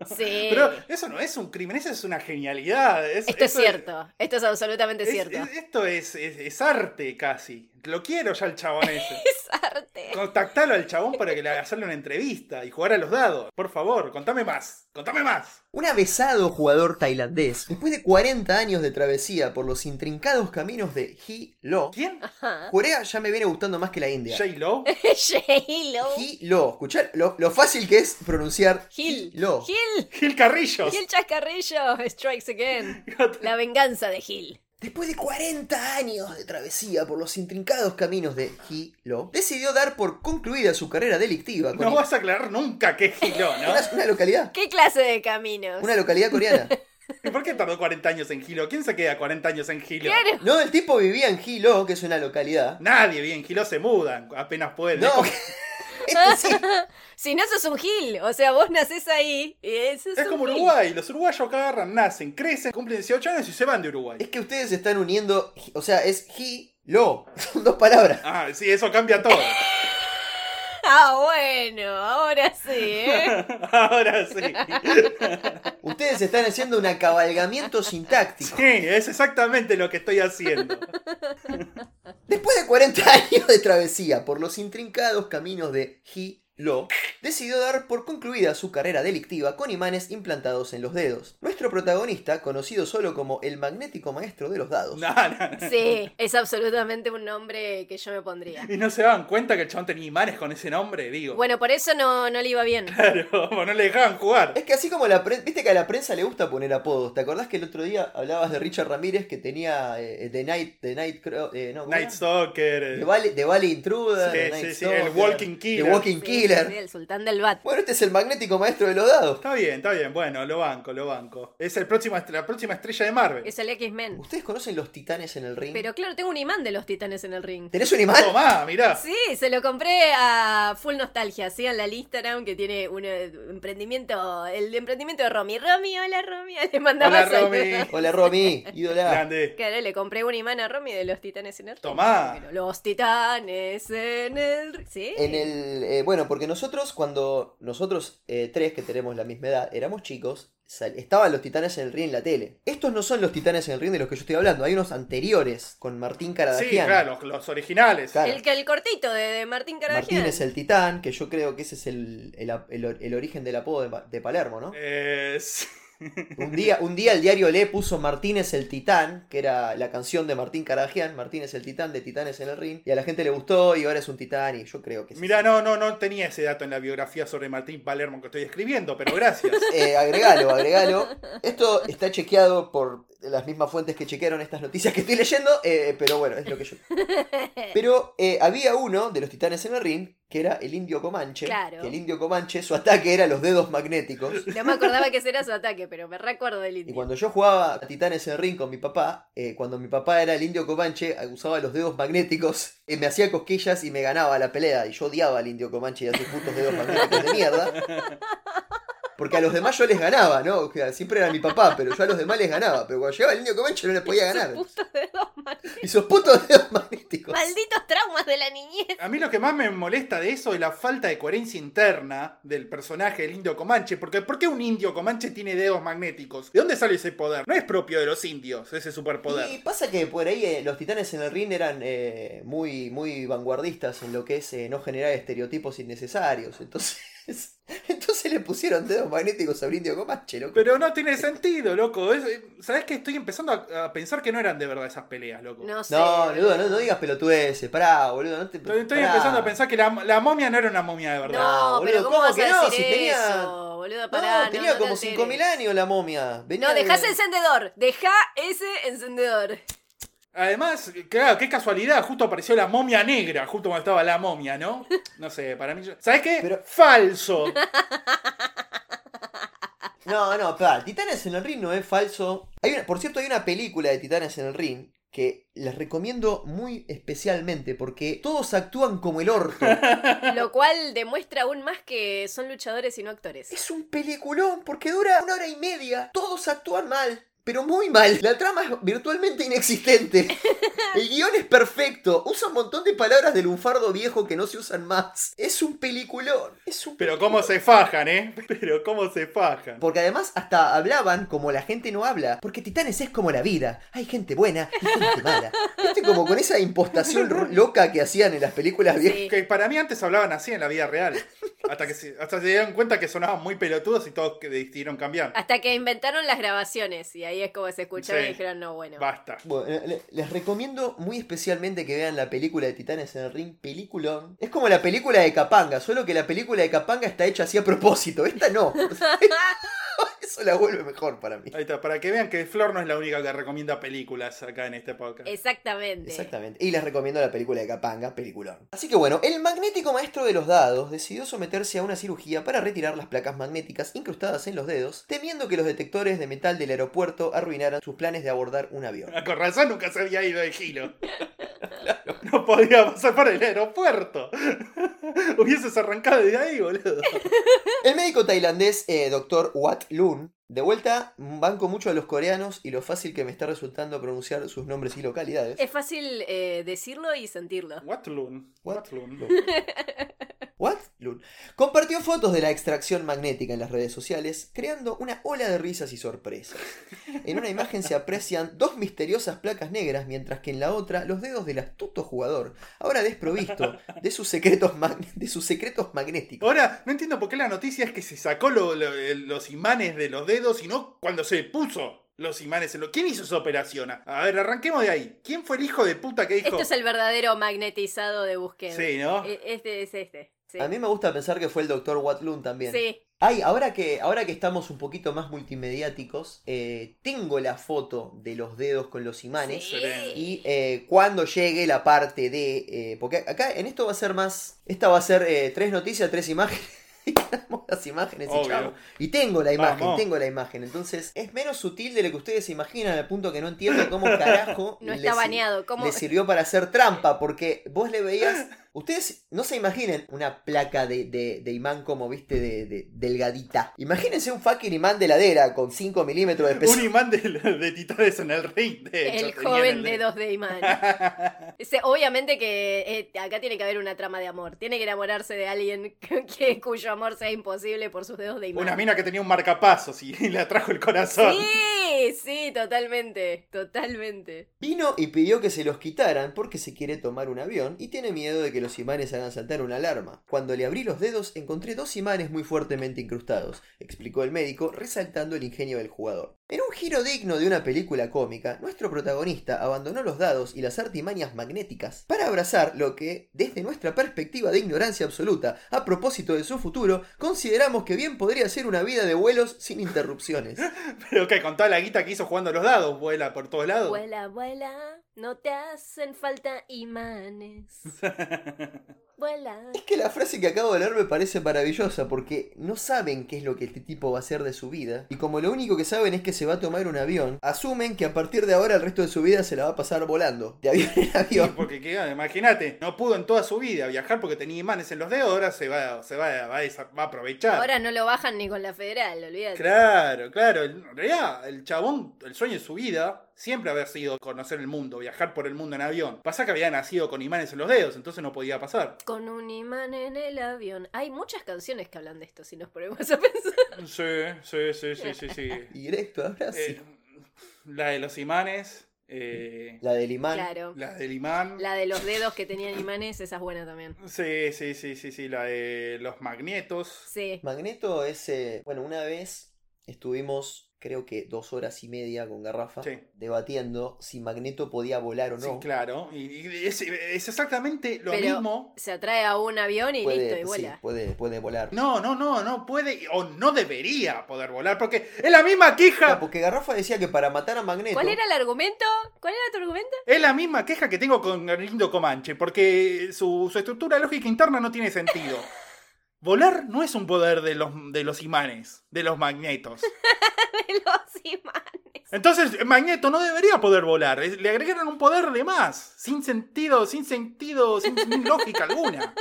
[SPEAKER 4] Sí.
[SPEAKER 3] Pero eso no es un crimen, eso es una genialidad. Es-
[SPEAKER 4] Esto es
[SPEAKER 3] eso
[SPEAKER 4] cierto. Esto es absolutamente
[SPEAKER 3] es-
[SPEAKER 4] cierto.
[SPEAKER 3] es- esto es, es- es arte casi. Lo quiero ya el chabón ese.
[SPEAKER 4] Es arte.
[SPEAKER 3] Contactalo al chabón para que le haga hacerle una entrevista y jugar a los dados. Por favor, contame más. Contame más.
[SPEAKER 2] Un avesado jugador tailandés, después de 40 años de travesía por los intrincados caminos de Hilo,
[SPEAKER 3] ¿Quién?
[SPEAKER 4] Ajá.
[SPEAKER 2] Corea ya me viene gustando más que la India.
[SPEAKER 3] ¿J-Lo?
[SPEAKER 4] J-Lo.
[SPEAKER 2] Hilo, escuchar lo, lo fácil que es pronunciar
[SPEAKER 4] Gil.
[SPEAKER 2] Hilo.
[SPEAKER 4] Gil.
[SPEAKER 3] Gil Carrillos.
[SPEAKER 4] Gil Chascarrillo. Strikes again. La venganza de Gil.
[SPEAKER 2] Después de 40 años de travesía por los intrincados caminos de Hilo, decidió dar por concluida su carrera delictiva con
[SPEAKER 3] No vas a aclarar nunca que es Giló, ¿no?
[SPEAKER 2] una, una localidad,
[SPEAKER 4] ¿Qué clase de caminos?
[SPEAKER 2] una localidad coreana.
[SPEAKER 3] ¿Y por qué tardó 40 años en Giló? ¿Quién se queda 40 años en Giló?
[SPEAKER 4] Claro.
[SPEAKER 2] No, el tipo vivía en Hilo, que es una localidad.
[SPEAKER 3] Nadie bien, Giló se mudan apenas pueden.
[SPEAKER 2] No,
[SPEAKER 3] es
[SPEAKER 2] este sí.
[SPEAKER 4] Si no sos un Gil. O sea, vos nacés ahí. Y eso
[SPEAKER 3] como,
[SPEAKER 4] es,
[SPEAKER 3] es
[SPEAKER 4] un
[SPEAKER 3] como
[SPEAKER 4] Gil.
[SPEAKER 3] Uruguay, los uruguayos agarran, nacen, crecen, cumplen 18 años y se van de Uruguay.
[SPEAKER 2] Es que ustedes están uniendo, o sea, es Hilo, son dos palabras.
[SPEAKER 3] Ah, sí, eso cambia todo.
[SPEAKER 4] Ah, bueno. Ahora sí, ¿eh?
[SPEAKER 3] Ahora sí.
[SPEAKER 2] Ustedes están haciendo un acabalgamiento sintáctico.
[SPEAKER 3] Sí, es exactamente lo que estoy haciendo.
[SPEAKER 2] Después de 40 años de travesía por los intrincados caminos de Hilo, decidió dar por concluida su carrera delictiva con imanes implantados en los dedos. Nuestro protagonista, conocido solo como el magnético maestro de los dados,
[SPEAKER 3] No, no, no.
[SPEAKER 4] Sí. Es absolutamente un nombre que yo me pondría.
[SPEAKER 3] Y no se daban cuenta que el chabón tenía imanes con ese nombre, digo.
[SPEAKER 4] Bueno, por eso no, no le iba bien.
[SPEAKER 3] Claro, no le dejaban jugar.
[SPEAKER 2] Es que así como la prensa, viste que a la prensa le gusta poner apodos. ¿Te acordás que el otro día hablabas de Richard Ramírez que tenía eh, The Night, The Night, Cro- eh, no, ¿cómo era?
[SPEAKER 3] Night Stalker.
[SPEAKER 2] The
[SPEAKER 3] eh.
[SPEAKER 2] Valley, The Valley Intruder,
[SPEAKER 3] Sí,
[SPEAKER 2] The
[SPEAKER 3] sí,
[SPEAKER 2] Night
[SPEAKER 3] sí, el
[SPEAKER 2] Stalker,
[SPEAKER 3] Walking Killer.
[SPEAKER 2] The Walking
[SPEAKER 4] Sí,
[SPEAKER 2] Killer.
[SPEAKER 4] sí, el sultán del bat.
[SPEAKER 2] Bueno, este es el magnético maestro de los dados.
[SPEAKER 3] Está bien, está bien. Bueno, lo banco, lo banco. Es el próximo, est- la próxima estrella de Marvel.
[SPEAKER 4] Es el X-Men.
[SPEAKER 2] ¿Ustedes conocen los titanes en el ring?
[SPEAKER 4] Pero claro, tengo un imán de los titanes en el ring.
[SPEAKER 2] ¿Tenés un imán?
[SPEAKER 3] Tomá, mirá.
[SPEAKER 4] Sí, se lo compré a Full Nostalgia, sigan la Instagram que tiene un eh, emprendimiento, el emprendimiento de Romy. Romy, hola Romy, le mandaba
[SPEAKER 3] Hola,
[SPEAKER 4] saludos.
[SPEAKER 3] Romy.
[SPEAKER 2] Hola, Romy, ídola.
[SPEAKER 3] Grande.
[SPEAKER 4] Claro, le compré un imán a Romy de los titanes en el ring.
[SPEAKER 3] Tomá.
[SPEAKER 4] Pero los titanes en el ring. Sí.
[SPEAKER 2] En el, eh, bueno, porque nosotros cuando nosotros eh, tres que tenemos la misma edad éramos chicos, sal- estaban los titanes en el ring en la tele. Estos no son los titanes en el ring de los que yo estoy hablando, hay unos anteriores con Martín Caradagian.
[SPEAKER 3] Sí, claro, los, los originales.
[SPEAKER 2] Claro.
[SPEAKER 4] El que el cortito de, de Martín Carvajal.
[SPEAKER 2] Martín es el titán, que yo creo que ese es el, el ap- el or- el origen del apodo de, Pa- de Palermo, ¿no?
[SPEAKER 3] Eh, sí.
[SPEAKER 2] Un día, un día el diario Le puso Martínez el Titán, que era la canción de Martín Caragian, Martínez el Titán de Titanes en el Ring, y a la gente le gustó y ahora es un titán y yo creo que sí.
[SPEAKER 3] Mirá, no, no, no tenía ese dato en la biografía sobre Martín Palermo que estoy escribiendo, pero gracias.
[SPEAKER 2] Eh, agregalo, agregalo. Esto está chequeado por las mismas fuentes que chequearon estas noticias que estoy leyendo, eh, pero bueno, es lo que yo... Pero eh, había uno de los titanes en el ring, que era el indio Comanche,
[SPEAKER 4] Claro.
[SPEAKER 2] que el indio Comanche, su ataque era los dedos magnéticos.
[SPEAKER 4] No me acordaba que ese era su ataque, pero me recuerdo del
[SPEAKER 2] Y
[SPEAKER 4] indio.
[SPEAKER 2] cuando yo jugaba a Titanes en el Ring con mi papá, eh, cuando mi papá era el indio Comanche, usaba los dedos magnéticos, eh, me hacía cosquillas y me ganaba la pelea. Y yo odiaba al indio Comanche y a sus putos dedos magnéticos de mierda. Porque a los demás yo les ganaba, ¿no? O sea, siempre era mi papá, pero yo a los demás les ganaba. Pero cuando llegaba el indio Comanche no les podía ganar.
[SPEAKER 4] Sus putos dedos mal-
[SPEAKER 2] Y sus putos dedos magnéticos.
[SPEAKER 4] Malditos traumas de la niñez.
[SPEAKER 3] A mí lo que más me molesta de eso es la falta de coherencia interna del personaje del indio Comanche, porque ¿por qué un indio Comanche tiene dedos magnéticos? ¿De dónde sale ese poder? No es propio de los indios, ese superpoder.
[SPEAKER 2] Y pasa que por ahí eh, los titanes en el ring eran eh, muy, muy vanguardistas en lo que es eh, no generar estereotipos innecesarios. Entonces, Entonces, entonces le pusieron dedos magnéticos a Brindio Comanche, loco.
[SPEAKER 3] Pero no tiene sentido, loco. Es- ¿Sabes que Estoy empezando a, a pensar que no eran de verdad esas peleas, loco.
[SPEAKER 4] No sé.
[SPEAKER 2] No, boludo, no, no digas pelotudeces, pará, boludo. No te,
[SPEAKER 3] Estoy, estoy
[SPEAKER 2] pará.
[SPEAKER 3] empezando a pensar que la, la momia no era una momia de verdad.
[SPEAKER 4] No,
[SPEAKER 2] No,
[SPEAKER 4] pero
[SPEAKER 2] boludo,
[SPEAKER 4] ¿cómo,
[SPEAKER 2] ¿cómo
[SPEAKER 4] vas
[SPEAKER 2] que
[SPEAKER 4] a
[SPEAKER 2] no?
[SPEAKER 4] decir
[SPEAKER 2] Si tenía-
[SPEAKER 4] eso, boludo?
[SPEAKER 2] No,
[SPEAKER 4] Pará, no,
[SPEAKER 2] tenía
[SPEAKER 4] no te
[SPEAKER 2] como
[SPEAKER 4] alteres.
[SPEAKER 2] 5.000 años la momia. Venía
[SPEAKER 4] No,
[SPEAKER 2] de-
[SPEAKER 4] dejá ese encendedor. Dejá ese encendedor.
[SPEAKER 3] Además, claro, qué casualidad, justo apareció la momia negra, justo cuando estaba la momia, ¿no? No sé, para mí. yo- ¿Sabes qué?
[SPEAKER 2] Pero-
[SPEAKER 3] Falso.
[SPEAKER 2] No, no, pará. Titanes en el Ring no es falso. Hay una- por cierto, hay una película de Titanes en el Ring que les recomiendo muy especialmente porque todos actúan como el orto.
[SPEAKER 4] Lo cual demuestra aún más que son luchadores y no actores.
[SPEAKER 2] Es un peliculón porque dura una hora y media. Todos actúan mal, pero muy mal. La trama es virtualmente inexistente. El guión es perfecto. Usa un montón de palabras de lunfardo viejo que no se usan más. Es un peliculón. Es un
[SPEAKER 3] Pero cómo se fajan, ¿eh? Pero cómo se fajan.
[SPEAKER 2] Porque además hasta hablaban como la gente no habla. Porque Titanes es como la vida. Hay gente buena y gente mala. ¿Viste? Como con esa impostación ro- loca que hacían en las películas viejas.
[SPEAKER 4] Sí.
[SPEAKER 3] Que para mí antes hablaban así en la vida real. Hasta que se, hasta se dieron cuenta que sonaban muy pelotudos y todos que decidieron cambiar.
[SPEAKER 4] Hasta que inventaron las grabaciones y ahí es como se escucharon y
[SPEAKER 3] Sí.
[SPEAKER 4] dijeron, no, bueno.
[SPEAKER 3] Basta.
[SPEAKER 2] Bueno, le- les recomiendo muy especialmente que vean la película de Titanes en el Ring, peliculón. Es como la película de Capanga, solo que la película de Capanga está hecha así a propósito. Esta no. Eso la vuelve mejor para mí.
[SPEAKER 3] Ahí está, para que vean que Flor no es la única que recomienda películas acá en este podcast.
[SPEAKER 4] Exactamente.
[SPEAKER 2] Exactamente. Y les recomiendo la película de Capanga, peliculón. Así que bueno, el magnético maestro de los dados decidió someterse a una cirugía para retirar las placas magnéticas incrustadas en los dedos, temiendo que los detectores de metal del aeropuerto arruinaran sus planes de abordar un avión.
[SPEAKER 3] Con razón nunca se había ido de giro. No podía pasar por el aeropuerto. Hubieses arrancado de ahí, boludo.
[SPEAKER 2] El médico tailandés, eh, doctor Wat Lun, de vuelta, mm, banco mucho a los coreanos y lo fácil que me está resultando pronunciar sus nombres y localidades.
[SPEAKER 4] Es fácil eh, decirlo y sentirlo.
[SPEAKER 3] Watlun. Watlun.
[SPEAKER 2] Wat Lun compartió fotos de la extracción magnética en las redes sociales, creando una ola de risas y sorpresas. En una imagen se aprecian dos misteriosas placas negras, mientras que en la otra los dedos del astuto jugador, ahora desprovisto de sus secretos, mag- de sus secretos magnéticos.
[SPEAKER 3] Ahora, no entiendo por qué la noticia es que se sacó lo- lo- eh, los imanes de los dedos y no cuando se puso los imanes en los... ¿Quién hizo esa operación? A ver, arranquemos de ahí. ¿Quién fue el hijo de puta que dijo...
[SPEAKER 4] Esto es el verdadero magnetizado de búsqueda.
[SPEAKER 3] Sí, ¿no?
[SPEAKER 4] E- Este es este. Sí.
[SPEAKER 2] A mí me gusta pensar que fue el doctor Wat Lun también.
[SPEAKER 4] Sí.
[SPEAKER 2] Ay, ahora que, ahora que estamos un poquito más multimediáticos, eh, tengo la foto de los dedos con los imanes.
[SPEAKER 4] Sí.
[SPEAKER 3] Excelente.
[SPEAKER 2] Y eh, cuando llegue la parte de. eh, porque acá en esto va a ser más. Esta va a ser eh, tres noticias, tres imágenes. Y tenemos las imágenes y
[SPEAKER 3] Obvio.
[SPEAKER 2] chao. Y tengo la imagen,
[SPEAKER 3] Vamos.
[SPEAKER 2] tengo la imagen. Entonces es menos sutil de lo que ustedes se imaginan, al punto que no entiendo cómo carajo.
[SPEAKER 4] No
[SPEAKER 2] le
[SPEAKER 4] está
[SPEAKER 2] sir-
[SPEAKER 4] baneado. ¿Cómo?
[SPEAKER 2] le sirvió para hacer trampa, porque vos le veías. Ustedes no se imaginen una placa de, de- de imán como viste, de, de- delgadita. Imagínense un fucking imán de ladera con 5 milímetros de
[SPEAKER 3] Un
[SPEAKER 2] espesor.
[SPEAKER 3] imán de, de titanes en el ring, de hecho,
[SPEAKER 4] El
[SPEAKER 3] tenía en
[SPEAKER 4] joven
[SPEAKER 3] el-
[SPEAKER 4] de dos de imán. Ese- Obviamente que eh, acá tiene que haber una trama de amor. Tiene que enamorarse de alguien que, que- cuyo amor sea imposible por sus dedos de imán.
[SPEAKER 3] Una mina que tenía un marcapasos y le atrajo el corazón.
[SPEAKER 4] Sí, sí, totalmente. Totalmente.
[SPEAKER 2] Vino y pidió que se los quitaran porque se quiere tomar un avión y tiene miedo de que los imanes hagan saltar una alarma. Cuando le abrí los dedos encontré dos imanes muy fuertemente incrustados, explicó el médico, resaltando el ingenio del jugador. En un giro digno de una película cómica, nuestro protagonista abandonó los dados y las artimañas magnéticas para abrazar lo que, desde nuestra perspectiva de ignorancia absoluta, a propósito de su futuro, consideramos que bien podría ser una vida de vuelos sin interrupciones.
[SPEAKER 3] Pero que con toda la guita que hizo jugando a los dados, vuela por todos lados.
[SPEAKER 4] Vuela, vuela, no te hacen falta imanes. Vuela.
[SPEAKER 2] Es que la frase que acabo de leer me parece maravillosa porque no saben qué es lo que este tipo va a hacer de su vida y como lo único que saben es que se va a tomar un avión, asumen que a partir de ahora el resto de su vida se la va a pasar volando de avión en
[SPEAKER 3] Sí,
[SPEAKER 2] avión.
[SPEAKER 3] porque que- ah, imagínate, no pudo en toda su vida viajar porque tenía imanes en los dedos, ahora se va, se va, va, a desa- va a aprovechar.
[SPEAKER 4] Ahora no lo bajan ni con la federal, olvídate.
[SPEAKER 3] Claro, claro. En realidad, el chabón, el sueño de su vida, siempre había sido conocer el mundo, viajar por el mundo en avión. Pasa que había nacido con imanes en los dedos, entonces no podía pasar.
[SPEAKER 4] Con un imán en el avión. Hay muchas canciones que hablan de esto, si nos ponemos a pensar.
[SPEAKER 3] Sí, sí, sí, sí, sí, sí.
[SPEAKER 2] Directo, ahora sí.
[SPEAKER 3] Eh, la de los imanes. Eh,
[SPEAKER 2] La del imán.
[SPEAKER 4] Claro.
[SPEAKER 3] la del imán.
[SPEAKER 4] La de los dedos que tenían imanes, esa es buena también.
[SPEAKER 3] Sí, sí, sí, sí, sí. La de los magnetos.
[SPEAKER 4] Sí.
[SPEAKER 2] Magneto es. eh, bueno, una vez estuvimos, creo que dos horas y media con Garrafa,
[SPEAKER 3] Sí.
[SPEAKER 2] debatiendo si Magneto podía volar o no.
[SPEAKER 3] Sí, claro. Y, y es, es exactamente lo
[SPEAKER 4] Pero-
[SPEAKER 3] mismo.
[SPEAKER 4] Se atrae a un avión y
[SPEAKER 2] Puede,
[SPEAKER 4] listo, y
[SPEAKER 2] sí,
[SPEAKER 4] vuela.
[SPEAKER 2] puede, puede volar.
[SPEAKER 3] No, no, no, no puede o no debería poder volar porque es la misma
[SPEAKER 2] Ah,
[SPEAKER 3] queja,
[SPEAKER 2] porque Garrafa decía que para matar a Magneto.
[SPEAKER 4] ¿Cuál era el argumento? ¿Cuál era tu argumento?
[SPEAKER 3] es la misma queja que tengo con Galindo Comanche porque su, su estructura lógica interna no tiene sentido. Volar no es un poder de los, de los imanes, de los magnetos.
[SPEAKER 4] De los imanes.
[SPEAKER 3] Entonces, Magneto no debería poder volar. es- Le agregaron un poder de más. Sin sentido, sin sentido, sin, sin lógica alguna.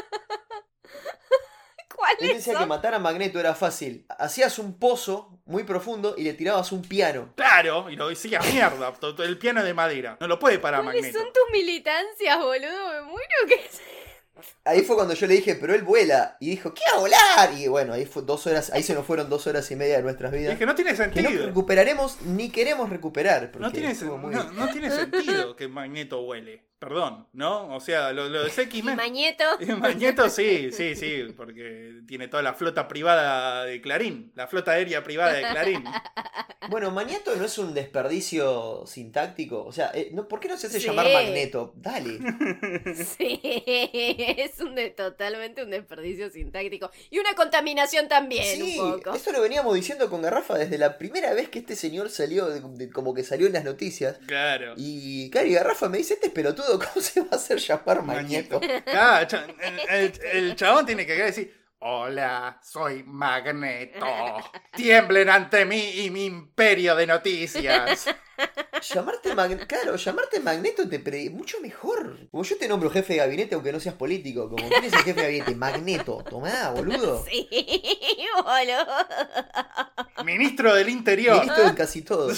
[SPEAKER 2] Él
[SPEAKER 4] ¿Cuáles
[SPEAKER 2] decía que
[SPEAKER 4] son?
[SPEAKER 2] matar a Magneto era fácil. Hacías un pozo muy profundo y le tirabas un piano.
[SPEAKER 3] Claro, y lo decía mierda. to- to- El piano de madera. No lo puede parar
[SPEAKER 4] ¿Cuáles
[SPEAKER 3] Magneto.
[SPEAKER 4] son tus militancias, boludo? Me muero que
[SPEAKER 2] Ahí fue cuando yo le dije, pero él vuela. Y dijo, ¿qué va a volar? Y bueno, ahí fue dos horas, ahí se nos fueron dos horas y media de nuestras
[SPEAKER 3] Y
[SPEAKER 2] vidas.
[SPEAKER 3] es que no tiene
[SPEAKER 2] que no
[SPEAKER 3] sentido.
[SPEAKER 2] recuperaremos ni queremos recuperar. Porque
[SPEAKER 3] No tiene, sen-
[SPEAKER 2] estuvo muy-
[SPEAKER 3] no- no tiene sentido que Magneto huele. Perdón, ¿no? O sea, lo, lo de X-Men.
[SPEAKER 4] Mañeto.
[SPEAKER 3] Magneto sí, sí, sí, porque tiene toda la flota privada de Clarín, la flota aérea privada de Clarín.
[SPEAKER 2] Bueno, Magneto no es un desperdicio sintáctico. O sea, eh, no- ¿por qué no se hace
[SPEAKER 4] Sí.
[SPEAKER 2] llamar Magneto? Dale.
[SPEAKER 4] Sí, es un de- totalmente un desperdicio sintáctico. Y una contaminación también,
[SPEAKER 2] sí,
[SPEAKER 4] un poco.
[SPEAKER 2] esto lo veníamos diciendo con Garrafa desde la primera vez que este señor salió, de- de- como que salió en las noticias.
[SPEAKER 3] Claro.
[SPEAKER 2] Y Cari Garrafa me dice, este es pelotudo, ¿cómo se va a hacer llamar Magneto?
[SPEAKER 3] Claro, el cha- el, el- el chabón tiene que decir, hola, soy Magneto. Tiemblen ante mí y mi imperio de noticias.
[SPEAKER 2] Llamarte Magneto, claro, llamarte Magneto te pre... mucho mejor. Como yo te nombro jefe de gabinete aunque no seas político, como ¿quién es el jefe de gabinete? Magneto, tomá, boludo.
[SPEAKER 4] Sí, boludo.
[SPEAKER 3] Ministro del Interior,
[SPEAKER 2] Ministro de casi todo.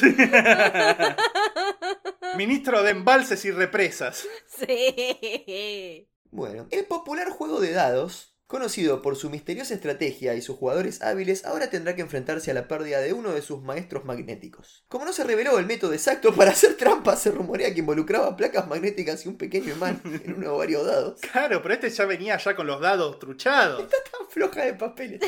[SPEAKER 3] ministro de Embalses y Represas.
[SPEAKER 4] Sí.
[SPEAKER 2] Bueno, el popular juego de dados, conocido por su misteriosa estrategia y sus jugadores hábiles, ahora tendrá que enfrentarse a la pérdida de uno de sus maestros magnéticos. Como no se reveló el método exacto para hacer trampas, se rumorea que involucraba placas magnéticas y un pequeño imán en uno o varios dados.
[SPEAKER 3] Claro, pero este ya venía ya con los dados truchados.
[SPEAKER 2] Tan floja de papeles.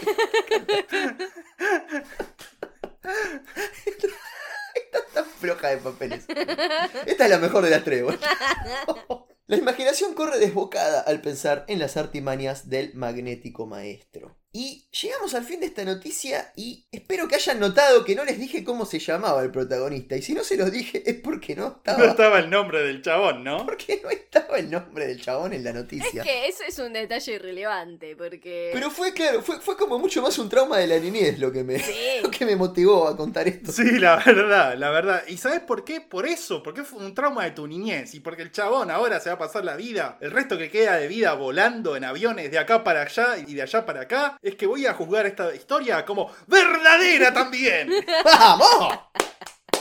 [SPEAKER 2] Está tan floja de papeles. Esta es la mejor de las tres, boludo. La imaginación corre desbocada al pensar en las artimañas del magnético maestro. Y llegamos al fin de esta noticia y espero que hayan notado que no les dije cómo se llamaba el protagonista. Y si no se los dije es porque no
[SPEAKER 3] No
[SPEAKER 2] estaba,
[SPEAKER 3] estaba el nombre del chabón, ¿no?
[SPEAKER 2] porque no estaba el nombre del chabón en la noticia.
[SPEAKER 4] Es que eso es un detalle irrelevante, porque.
[SPEAKER 2] Pero fue claro, fue, fue como mucho más un trauma de la niñez lo que me,
[SPEAKER 4] Sí.
[SPEAKER 2] lo que me motivó a contar esto.
[SPEAKER 3] Sí, la verdad, la verdad. ¿Y sabes por qué? Por eso, porque fue un trauma de tu niñez y porque el chabón ahora se va a pasar la vida, el resto que queda de vida volando en aviones de acá para allá y de allá para acá, es que voy a juzgar esta historia como verdadera también.
[SPEAKER 2] ¡Vamos!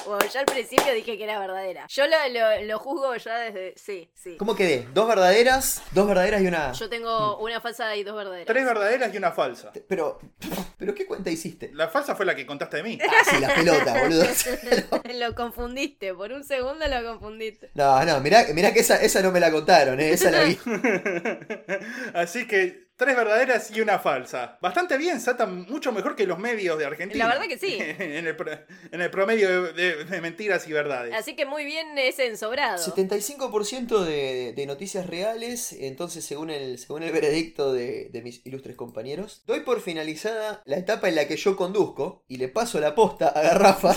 [SPEAKER 4] Bueno, yo al principio dije que era verdadera. Yo lo, lo- lo juzgo ya desde. Sí, sí.
[SPEAKER 2] ¿Cómo Mm. quedé? Dos verdaderas, dos verdaderas y una.
[SPEAKER 4] Yo tengo una falsa y dos verdaderas.
[SPEAKER 3] Tres verdaderas y una falsa.
[SPEAKER 2] Pero. ¿Pero qué cuenta hiciste?
[SPEAKER 3] La falsa fue la que contaste de mí.
[SPEAKER 2] Ah, sí, la pelota, boludo.
[SPEAKER 4] lo confundiste, por un segundo lo confundiste.
[SPEAKER 2] No, no, mirá, mirá que esa, esa no me la contaron, ¿eh? esa la vi.
[SPEAKER 3] Así que tres verdaderas y una falsa. Bastante bien, Satan, mucho mejor que los medios de Argentina.
[SPEAKER 4] La verdad que sí.
[SPEAKER 3] en, el, pro- en el promedio de, de- de mentiras y verdades.
[SPEAKER 4] Así que muy bien ese ensobrado.
[SPEAKER 2] 75% de, de noticias reales, entonces según el, según el veredicto de, de mis ilustres compañeros, doy por finalizada la etapa en la que yo conduzco y le paso la posta a Garrafa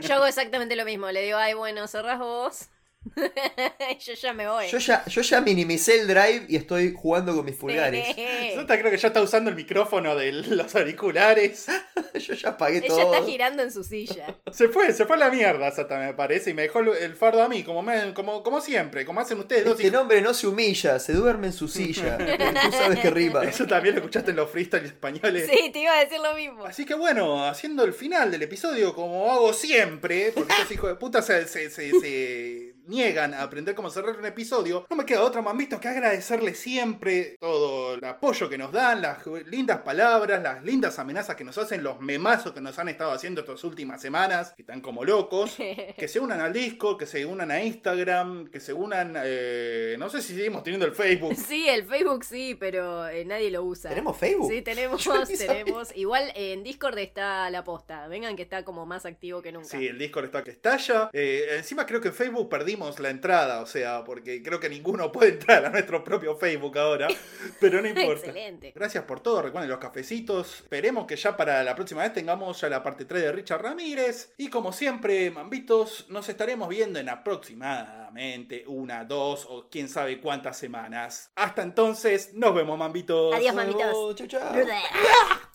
[SPEAKER 4] Yo hago exactamente lo mismo. Le digo, ay, bueno, cerrás vos. yo ya me voy.
[SPEAKER 2] Yo ya, yo ya minimicé el drive y estoy jugando con mis pulgares.
[SPEAKER 4] Sí.
[SPEAKER 3] Santa creo que ya está usando el micrófono de los auriculares.
[SPEAKER 2] Yo ya apagué
[SPEAKER 4] Ella
[SPEAKER 2] todo.
[SPEAKER 4] está girando en su silla.
[SPEAKER 3] Se fue, se fue a la mierda, Sata, me parece, y me dejó el fardo a mí, como, me- como, como siempre, como hacen ustedes dos.
[SPEAKER 2] Este nombre no se humilla, se duerme en su silla. Tú sabes que rima.
[SPEAKER 3] Eso también lo escuchaste en los freestyles españoles.
[SPEAKER 4] Sí, te iba a decir lo mismo.
[SPEAKER 3] Así que bueno, haciendo el final del episodio como hago siempre, porque estos hijos de puta se, se- se- se- niegan a aprender cómo cerrar un episodio, no me queda otra mambito que agradecerle siempre todo el apoyo que nos dan, las lindas palabras, las lindas amenazas que nos hacen, los memazos que nos han estado haciendo estas últimas semanas, que están como locos. Que se unan al disco, que se unan a Instagram, que se unan. eh, no sé si seguimos teniendo el Facebook.
[SPEAKER 4] Sí, el Facebook sí, pero eh, nadie lo usa.
[SPEAKER 2] ¿Tenemos Facebook?
[SPEAKER 4] Sí, tenemos,
[SPEAKER 2] Yo ni sabía.
[SPEAKER 4] tenemos. Igual eh, en Discord está la posta. Vengan que está como más activo que nunca.
[SPEAKER 3] Sí, el Discord está que estalla. Eh, encima creo que en Facebook perdimos la entrada, o sea, porque creo que ninguno puede entrar a nuestro propio Facebook ahora, pero no importa.
[SPEAKER 4] Excelente.
[SPEAKER 3] Gracias por todo, recuerden los cafecitos. Esperemos que ya para la próxima vez tengamos ya la parte 3 de Richard Ramírez. Y como siempre, mambitos, nos estaremos viendo en aproximadamente una, dos o quién sabe cuántas semanas. Hasta entonces, nos vemos, mambitos.
[SPEAKER 4] Adiós,
[SPEAKER 2] Nos
[SPEAKER 4] mamitos.
[SPEAKER 2] vemos. Chau, chau.